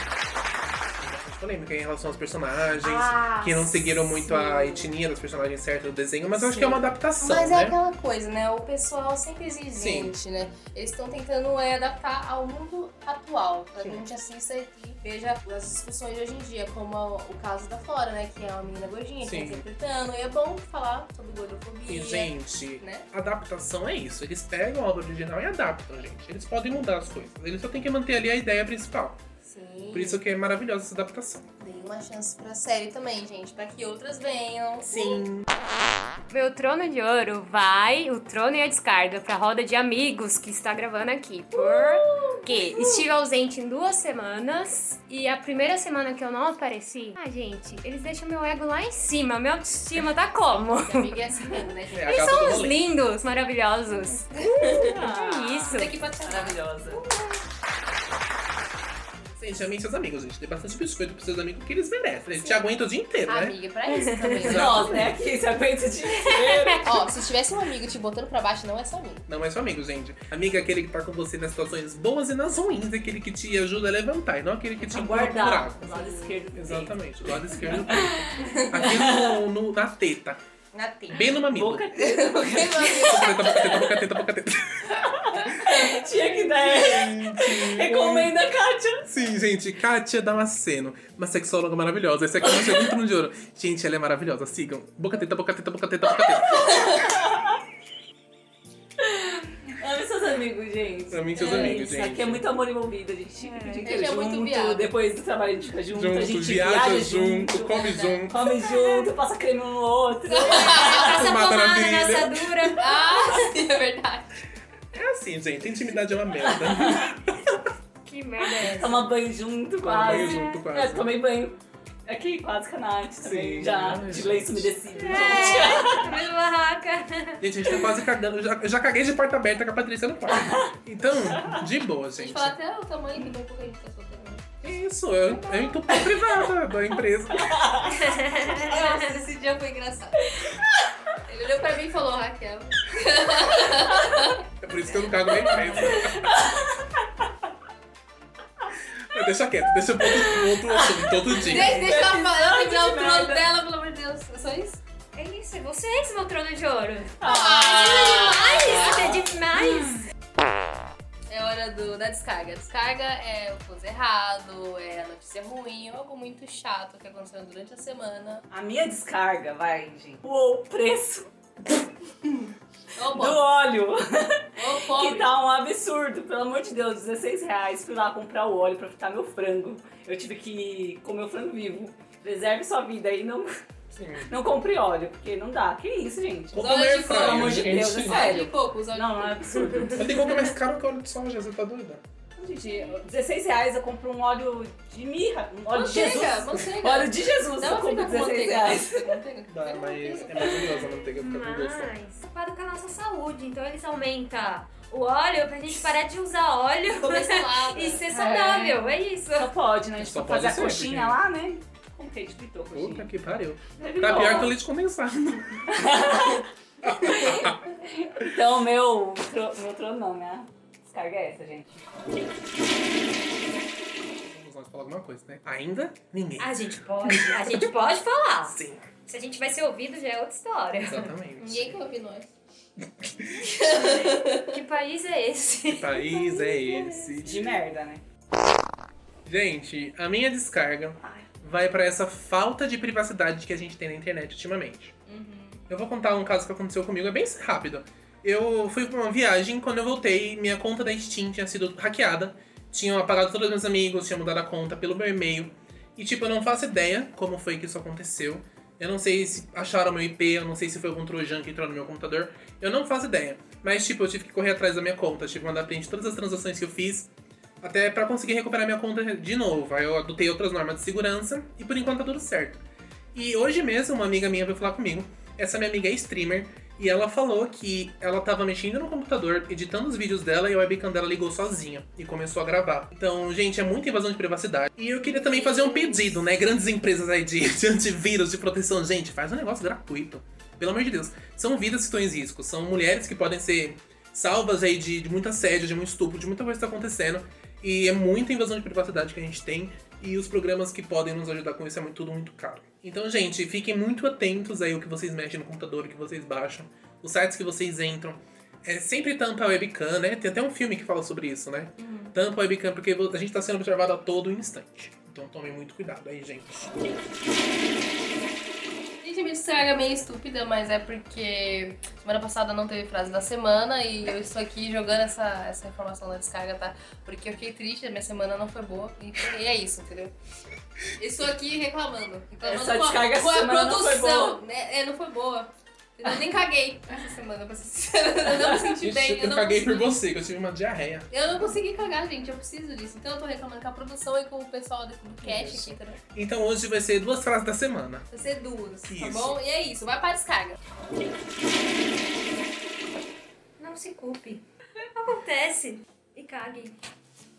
[SPEAKER 3] Bastante polêmica em relação aos personagens.
[SPEAKER 1] Ah,
[SPEAKER 3] que não seguiram muito a
[SPEAKER 1] sim.
[SPEAKER 3] etnia dos personagens certa do desenho, mas eu acho que é uma adaptação,
[SPEAKER 2] Mas é
[SPEAKER 3] né?
[SPEAKER 2] aquela coisa, né? O pessoal sempre exigente, né? Eles estão tentando é, adaptar ao mundo atual, pra que a
[SPEAKER 3] Sim.
[SPEAKER 2] gente assista e veja as discussões de hoje em dia, como a- o caso da Flora, né? Que é uma menina gordinha
[SPEAKER 3] Sim.
[SPEAKER 2] que tá interpretando. E é bom falar sobre gordofobia,
[SPEAKER 3] E, gente,
[SPEAKER 2] né?
[SPEAKER 3] adaptação é isso. Eles pegam a obra original e adaptam, gente. Eles podem mudar as coisas. Eles só têm que manter ali a ideia principal.
[SPEAKER 2] Sim.
[SPEAKER 3] Por isso que é maravilhosa essa adaptação.
[SPEAKER 2] Dei uma chance pra série também, gente, pra que outras venham.
[SPEAKER 3] Sim.
[SPEAKER 1] Meu trono de ouro vai, o trono e a descarga, pra roda de amigos que está gravando aqui. Porque estive ausente em duas semanas e a primeira semana que eu não apareci. Ah, gente, eles deixam meu ego lá em cima, minha autoestima tá como?
[SPEAKER 2] Que amiga é assim mesmo, né?
[SPEAKER 3] É
[SPEAKER 2] gente?
[SPEAKER 3] a
[SPEAKER 1] Eles
[SPEAKER 3] gata
[SPEAKER 1] são
[SPEAKER 3] do
[SPEAKER 1] uns
[SPEAKER 3] rolê.
[SPEAKER 1] lindos, maravilhosos. Que isso?
[SPEAKER 2] Isso aqui pode ser
[SPEAKER 4] Maravilhosa.
[SPEAKER 3] Gente, amem seus amigos, gente. Dê bastante biscoito pros seus amigos que eles merecem. Eles te aguentam o dia inteiro, né?
[SPEAKER 2] amiga pra isso também. né?
[SPEAKER 4] Nós, né? Que se aguenta o dia inteiro.
[SPEAKER 2] Ó, se tivesse um amigo te botando pra baixo, não é só amigo.
[SPEAKER 3] Não é seu amigo, gente. Amigo é aquele que tá com você nas situações boas e nas ruins, é aquele que te ajuda a levantar, e não aquele que te empurra pro
[SPEAKER 4] guardar
[SPEAKER 3] buraco.
[SPEAKER 4] o lado esquerdo do peito.
[SPEAKER 3] Exatamente, do lado esquerdo do peito. Aqui no, no- na teta.
[SPEAKER 2] Na teta.
[SPEAKER 3] Bem no mamilo.
[SPEAKER 4] Boca
[SPEAKER 3] Boca, teta, boca, teta, boca, teta, boca, teta.
[SPEAKER 4] tinha que dar. né? Recomenda a Kátia.
[SPEAKER 3] Sim, gente, Kátia Damasceno, uma sexóloga maravilhosa. Esse aqui é o meu segundo trono de ouro. Gente, ela é maravilhosa. Sigam. Boca teta, boca teta, boca teta, boca teta.
[SPEAKER 4] Ame seus amigos, gente.
[SPEAKER 3] Amem seus
[SPEAKER 4] É
[SPEAKER 3] amigos,
[SPEAKER 4] isso.
[SPEAKER 3] gente.
[SPEAKER 4] Aqui é muito amor envolvido. A gente fica o dia inteiro
[SPEAKER 2] Ele é muito
[SPEAKER 4] junto.
[SPEAKER 2] viado.
[SPEAKER 4] Depois do trabalho a gente fica junto. a
[SPEAKER 3] Junto,
[SPEAKER 4] gente
[SPEAKER 3] viaja, junto, come junto.
[SPEAKER 4] Come junto, passa creme um no outro.
[SPEAKER 1] Essa
[SPEAKER 3] Mata Tá na
[SPEAKER 1] pomada
[SPEAKER 3] ferida.
[SPEAKER 1] nessa dura.
[SPEAKER 2] Ah, sim, é verdade.
[SPEAKER 3] É assim, gente. Intimidade é uma merda.
[SPEAKER 1] Que merda é essa?
[SPEAKER 4] Toma banho junto,
[SPEAKER 3] Toma banho
[SPEAKER 4] quase.
[SPEAKER 3] junto,
[SPEAKER 4] É,
[SPEAKER 3] quase.
[SPEAKER 4] tomei banho. Aqui, quase com a Nath também.
[SPEAKER 3] Sim,
[SPEAKER 4] já,
[SPEAKER 3] né,
[SPEAKER 4] de leite
[SPEAKER 3] gente?
[SPEAKER 4] umedecido. gente.
[SPEAKER 1] É, tá vendo barraca.
[SPEAKER 3] Gente, a gente tá quase cagando. Eu já, eu já caguei de porta aberta com a Patrícia no quarto. Então, de boa,
[SPEAKER 2] A gente
[SPEAKER 3] gente. É
[SPEAKER 2] fala até o tamanho que deu um pouco a gente tá soltando.
[SPEAKER 3] Isso, eu, eu entupo a privada da empresa.
[SPEAKER 2] É. Nossa, esse dia foi engraçado. Ele olhou pra mim e falou, Raquel.
[SPEAKER 3] É por isso que eu não cago na empresa. Mas deixa quieto, deixa eu pro outro, pro outro assunto, outro dia.
[SPEAKER 2] Gente, deixa ela falar, eu pegar o
[SPEAKER 4] Que
[SPEAKER 2] trono
[SPEAKER 4] merda.
[SPEAKER 2] dela, pelo amor de Deus. É só isso?
[SPEAKER 1] É isso, é vocês, meu trono de ouro.
[SPEAKER 4] Ah,
[SPEAKER 1] Isso é demais.
[SPEAKER 2] É hora do, da descarga. Descarga é o pose errado, é a notícia ruim, ou algo muito chato que aconteceu durante a semana.
[SPEAKER 4] a minha descarga, vai, gente. Uou, preço
[SPEAKER 2] Ou
[SPEAKER 4] do
[SPEAKER 2] bom,
[SPEAKER 4] óleo.
[SPEAKER 2] ou
[SPEAKER 4] Que
[SPEAKER 2] pobre.
[SPEAKER 4] tá um absurdo, pelo amor de Deus, 16 reais. Fui lá comprar o óleo pra fritar meu frango. Eu tive que comer o frango vivo. Preserve sua vida aí, não, não compre óleo, porque não dá. Que isso, gente?
[SPEAKER 3] Compra um air
[SPEAKER 2] Pelo amor
[SPEAKER 3] fryer,
[SPEAKER 2] de
[SPEAKER 4] Deus,
[SPEAKER 3] gente.
[SPEAKER 4] é
[SPEAKER 2] Usar de
[SPEAKER 4] sério.
[SPEAKER 2] coco, usar de
[SPEAKER 4] Não, não é
[SPEAKER 2] coco.
[SPEAKER 4] absurdo.
[SPEAKER 3] Eu tenho compra mais caro que óleo de soja, você tá doida?
[SPEAKER 4] Gente, 16 reais eu compro um óleo de mirra, um óleo de
[SPEAKER 2] Manteiga,
[SPEAKER 4] Jesus. Um
[SPEAKER 2] manteiga.
[SPEAKER 4] Óleo de Jesus,
[SPEAKER 2] Dá
[SPEAKER 4] eu
[SPEAKER 2] pra
[SPEAKER 4] compro
[SPEAKER 2] ficar com
[SPEAKER 4] 16
[SPEAKER 2] manteiga.
[SPEAKER 4] reais.
[SPEAKER 2] Fica com manteiga.
[SPEAKER 3] Dá,
[SPEAKER 2] Fica com
[SPEAKER 3] mas
[SPEAKER 2] manteiga.
[SPEAKER 3] é maravilhosa a manteiga, fica com gosto.
[SPEAKER 5] Ah,
[SPEAKER 1] Mas preocupado com a nossa saúde, então eles aumentam o óleo pra gente parar de usar óleo
[SPEAKER 2] Comer salada.
[SPEAKER 1] e ser saudável. É, isso.
[SPEAKER 4] Só pode, né? A gente
[SPEAKER 3] Só
[SPEAKER 4] só
[SPEAKER 3] pode
[SPEAKER 4] fazer a
[SPEAKER 3] sempre,
[SPEAKER 4] coxinha
[SPEAKER 3] gente.
[SPEAKER 4] lá, né? Com queijo fritou,
[SPEAKER 3] Puta
[SPEAKER 4] coxinha.
[SPEAKER 3] que pariu.
[SPEAKER 4] Deve
[SPEAKER 3] Tá
[SPEAKER 4] bom.
[SPEAKER 3] pior que o leite condensado.
[SPEAKER 4] Então, meu, tro- meu trono não, né? Descarga é essa, gente.
[SPEAKER 3] Vamos lá falar alguma coisa, né? Ainda ninguém.
[SPEAKER 1] A gente pode, a gente pode falar.
[SPEAKER 3] Sim,
[SPEAKER 1] Se a gente vai ser ouvido já é outra história.
[SPEAKER 3] exatamente.
[SPEAKER 2] Ninguém quer ouvir nós.
[SPEAKER 5] Que país é esse?
[SPEAKER 3] Que país é esse?
[SPEAKER 4] De merda, né?
[SPEAKER 3] Gente, a minha descarga vai pra essa falta de privacidade que a gente tem na internet ultimamente. Eu vou contar um caso que aconteceu comigo, é bem rápido. Eu fui pra uma viagem, quando eu voltei, minha conta da Steam tinha sido hackeada. Tinham apagado todos os meus amigos, tinham mudado a conta pelo meu e-mail. E tipo, eu não faço ideia como foi que isso aconteceu. Eu não sei se acharam meu IP, eu não sei se foi algum trojan que entrou no meu computador. Eu não faço ideia. Mas tipo, eu tive que correr atrás da minha conta, tive que mandar print de todas as transações que eu fiz. Até pra conseguir recuperar minha conta de novo. Aí eu adotei outras normas de segurança e por enquanto tá tudo certo. E hoje mesmo uma amiga minha veio falar comigo. Essa minha amiga é streamer e ela falou que ela tava mexendo no computador, editando os vídeos dela e a webcam dela ligou sozinha e começou a gravar. Então, gente, é muita invasão de privacidade. E eu queria também fazer um pedido, né? Grandes empresas aí de, de antivírus, de proteção. Gente, faz um negócio gratuito. Pelo amor de Deus. São vidas que estão em risco. São mulheres que podem ser salvas aí de, de muito assédio, de muito estupro, de muita coisa que tá acontecendo. E é muita invasão de privacidade que a gente tem. E os programas que podem nos ajudar com isso é muito, tudo muito caro. Então, gente, fiquem muito atentos aí ao que vocês mexem no computador, o que vocês baixam, os sites que vocês entram. É, sempre tampa a webcam, né? Tem até um filme que fala sobre isso, né?
[SPEAKER 2] Uhum.
[SPEAKER 3] Tampa a webcam, porque a gente tá sendo observado a todo instante. Então tomem muito cuidado aí, gente.
[SPEAKER 2] Gente, a minha estraga é meio estúpida, mas é porque semana passada não teve frase da semana e eu estou aqui jogando essa, essa informação na descarga, tá? Porque eu fiquei triste, a minha semana não foi boa e, e é isso, entendeu? Eu estou aqui reclamando. reclamando
[SPEAKER 4] Essa
[SPEAKER 2] com a,
[SPEAKER 4] descarga
[SPEAKER 2] com a
[SPEAKER 4] semana não
[SPEAKER 2] produção.
[SPEAKER 4] foi boa.
[SPEAKER 2] Né? É, não foi boa. Eu nem caguei essa semana, pra ser sincera. Eu não me senti
[SPEAKER 3] Ixi,
[SPEAKER 2] bem.
[SPEAKER 3] eu
[SPEAKER 2] não
[SPEAKER 3] caguei por
[SPEAKER 2] consegui-
[SPEAKER 3] você, que eu tive uma diarreia.
[SPEAKER 2] Eu não consegui cagar, gente. Eu preciso disso. Então eu tô reclamando com a produção e com o pessoal do do cast aqui, entendeu?
[SPEAKER 3] Então hoje vai ser duas frases da semana.
[SPEAKER 2] Vai ser duas, tá
[SPEAKER 3] Isso.
[SPEAKER 2] bom? E é isso, vai pra descarga.
[SPEAKER 5] Não se culpe. Acontece. E cague.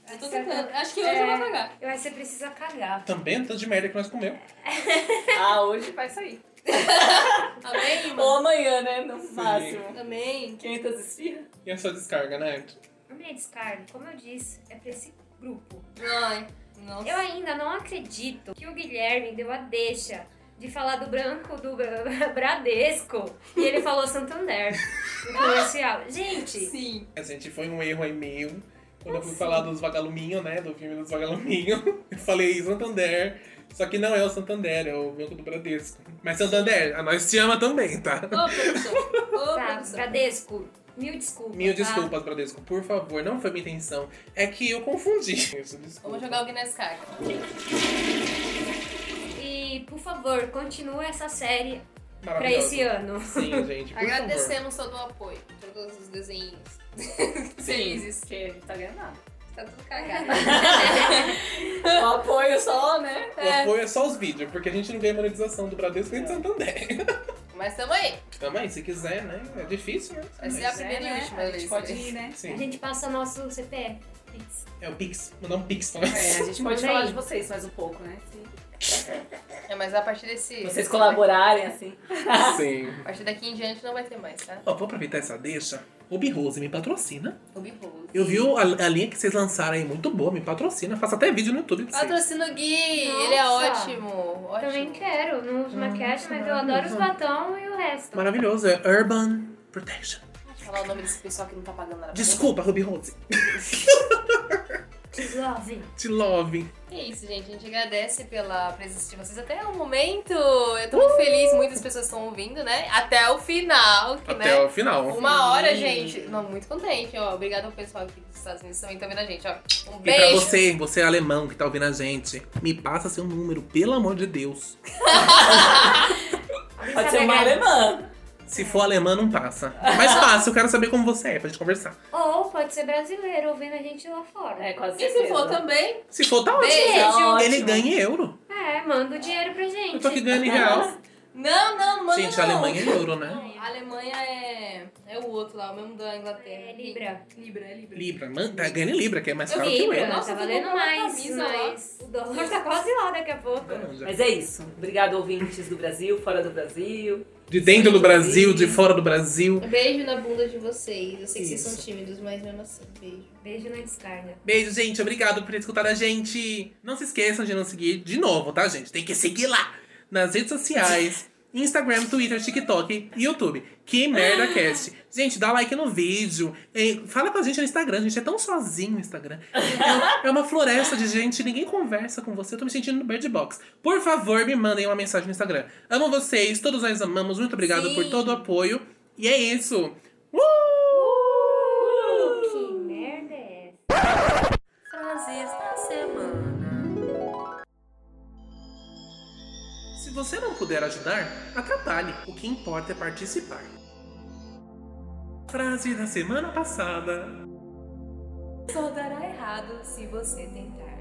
[SPEAKER 2] Eu tô tentando. Acho que hoje eu vou cagar.
[SPEAKER 5] Mas você precisa cagar.
[SPEAKER 3] Também o tanto de merda que nós comeu.
[SPEAKER 4] Ah, hoje vai sair.
[SPEAKER 2] Amém,
[SPEAKER 4] Ou
[SPEAKER 2] irmão?
[SPEAKER 4] amanhã, né? No máximo.
[SPEAKER 2] Amém.
[SPEAKER 4] 500 esfirras.
[SPEAKER 3] E a sua descarga, né?
[SPEAKER 5] A minha descarga, como eu disse, é pra esse grupo.
[SPEAKER 2] Ai, nossa.
[SPEAKER 5] Eu ainda não acredito que o Guilherme deu a deixa de falar do branco do Bra- Bradesco e ele falou Santander no comercial. Gente,
[SPEAKER 2] Sim.
[SPEAKER 3] A gente foi um erro aí meu. Quando eu fui falar dos Vagaluminho, né? Do filme dos Vagaluminho, eu falei Santander. Só que não é o Santander, é o Banco do Bradesco. Mas Santander, a nós te ama também, tá?
[SPEAKER 2] Ô, produção. Ô,
[SPEAKER 5] tá,
[SPEAKER 2] produção.
[SPEAKER 5] Bradesco, mil desculpas.
[SPEAKER 3] Mil
[SPEAKER 5] tá?
[SPEAKER 3] desculpas, Bradesco, por favor, não foi minha intenção. É que eu confundi. Isso, desculpa.
[SPEAKER 2] Vamos jogar alguém na descarga.
[SPEAKER 5] E, por favor, continue essa série pra
[SPEAKER 3] Maravilhosa.
[SPEAKER 5] esse ano.
[SPEAKER 3] Sim, gente, por favor.
[SPEAKER 2] Agradecemos todo o apoio, todos os desenhos. Felizes.
[SPEAKER 4] Porque a gente tá ganhando nada.
[SPEAKER 2] Tá tudo cagado.
[SPEAKER 4] O apoio só, né?
[SPEAKER 3] O apoio é só os vídeos, porque a gente não ganha monetização do Bradesco nem do Santander.
[SPEAKER 2] Mas tamo aí.
[SPEAKER 3] Então, aí, se quiser, né? É difícil, né?
[SPEAKER 2] Vai ser a primeira e
[SPEAKER 4] né?
[SPEAKER 2] última
[SPEAKER 4] A gente
[SPEAKER 2] vez.
[SPEAKER 4] pode ir, né?
[SPEAKER 5] A
[SPEAKER 3] Sim.
[SPEAKER 5] gente passa nosso CPF. Pix.
[SPEAKER 3] É o Pix. Mandar um Pix pra nós.
[SPEAKER 4] É, a gente pode
[SPEAKER 5] Bem.
[SPEAKER 4] falar de vocês mais um pouco, né? Se
[SPEAKER 2] É, mas a partir desse.
[SPEAKER 4] vocês colaborarem, assim.
[SPEAKER 3] Sim.
[SPEAKER 2] A partir daqui em diante não vai ter mais, tá?
[SPEAKER 3] Ó, vou aproveitar essa deixa. O Rose me patrocina.
[SPEAKER 2] O Bibo.
[SPEAKER 3] Eu vi o- a, a linha que vocês lançaram aí, muito boa, me patrocina. Faço até vídeo no YouTube pra vocês.
[SPEAKER 2] Patrocina o Gui. Ele é
[SPEAKER 5] Nossa.
[SPEAKER 2] ótimo. ótimo. Hum,
[SPEAKER 5] Também quero, não uso maquiagem, mas eu
[SPEAKER 3] maravilhoso.
[SPEAKER 5] adoro os batom e o resto.
[SPEAKER 3] Maravilhoso, é Urban Protection.
[SPEAKER 2] Deixa eu falar o nome desse pessoal que não tá pagando nada. pra
[SPEAKER 3] Desculpa, Ruby Rose.
[SPEAKER 5] Te love.
[SPEAKER 3] Te love.
[SPEAKER 2] É isso, gente. A gente agradece pela presença de vocês até o momento. Eu tô muito feliz, muitas pessoas estão ouvindo, né? Até o final, que,
[SPEAKER 3] Até
[SPEAKER 2] né?
[SPEAKER 3] o final.
[SPEAKER 2] Uma hora, gente. Não, muito contente, ó. Obrigada ao pessoal aqui dos Estados Unidos também tá vendo a gente, ó. Um
[SPEAKER 3] E pra
[SPEAKER 2] beijo.
[SPEAKER 3] você, você é alemão que tá ouvindo a gente, me passa seu número, pelo amor de Deus.
[SPEAKER 4] Pode
[SPEAKER 5] é
[SPEAKER 4] ser uma alemã.
[SPEAKER 3] Se for alemã, não passa. Mas passa, eu quero saber como você é, pra gente conversar.
[SPEAKER 5] Ou pode ser brasileiro ouvindo a gente lá fora.
[SPEAKER 4] É, quase
[SPEAKER 2] E se for
[SPEAKER 3] né?
[SPEAKER 4] certeza.
[SPEAKER 2] também,
[SPEAKER 3] Se for, tá ótimo.
[SPEAKER 2] beijo.
[SPEAKER 4] Ótimo.
[SPEAKER 3] Ele ganha em euro.
[SPEAKER 5] É, manda o dinheiro pra gente.
[SPEAKER 3] Eu tô aqui ganhando em real.
[SPEAKER 2] Não, não, não manda
[SPEAKER 3] Gente, a
[SPEAKER 2] não.
[SPEAKER 3] Alemanha é euro, né?
[SPEAKER 2] Não, a Alemanha é, é o outro lá, o mesmo da Inglaterra.
[SPEAKER 5] É, Libra.
[SPEAKER 2] Libra, é Libra.
[SPEAKER 3] Libra, man, tá ganhando em Libra, que é mais
[SPEAKER 2] Eu né?
[SPEAKER 3] caro que o
[SPEAKER 5] Libra,
[SPEAKER 3] euro.
[SPEAKER 2] Nossa,
[SPEAKER 5] tá
[SPEAKER 2] eu vou
[SPEAKER 5] valendo
[SPEAKER 2] comprar uma
[SPEAKER 5] mais,
[SPEAKER 2] camisa lá.
[SPEAKER 5] mas o dólar tá quase lá daqui a pouco.
[SPEAKER 4] Mas é isso. Obrigado, ouvintes do Brasil, fora do Brasil.
[SPEAKER 3] De dentro do Brasil, de fora do Brasil.
[SPEAKER 2] Um Beijo na bunda de vocês. Eu sei que
[SPEAKER 3] Isso.
[SPEAKER 2] vocês são tímidos, mas mesmo assim, beijo.
[SPEAKER 5] Beijo na descarga.
[SPEAKER 3] Beijo, gente. Obrigado por escutar a gente. Não se esqueçam de não seguir de novo, tá, gente? Tem que seguir lá nas redes sociais. Instagram, Twitter, TikTok e YouTube. Que merda cast. Gente, dá like no vídeo. eh, Fala com a gente no Instagram. A gente é tão sozinho no Instagram. É, é uma floresta de gente. Ninguém conversa com você. Eu tô me sentindo no Bird Box. Por favor, me mandem uma mensagem no Instagram. Amo vocês. Todos nós amamos. Muito obrigado
[SPEAKER 2] Sim.
[SPEAKER 3] por todo o apoio. E é isso. Uh!
[SPEAKER 5] Que merda é essa?
[SPEAKER 2] Frases da semana.
[SPEAKER 3] Se você não puder ajudar, atrapalhe. O que importa é participar. Frase da semana passada.
[SPEAKER 2] Só dará errado se você tentar.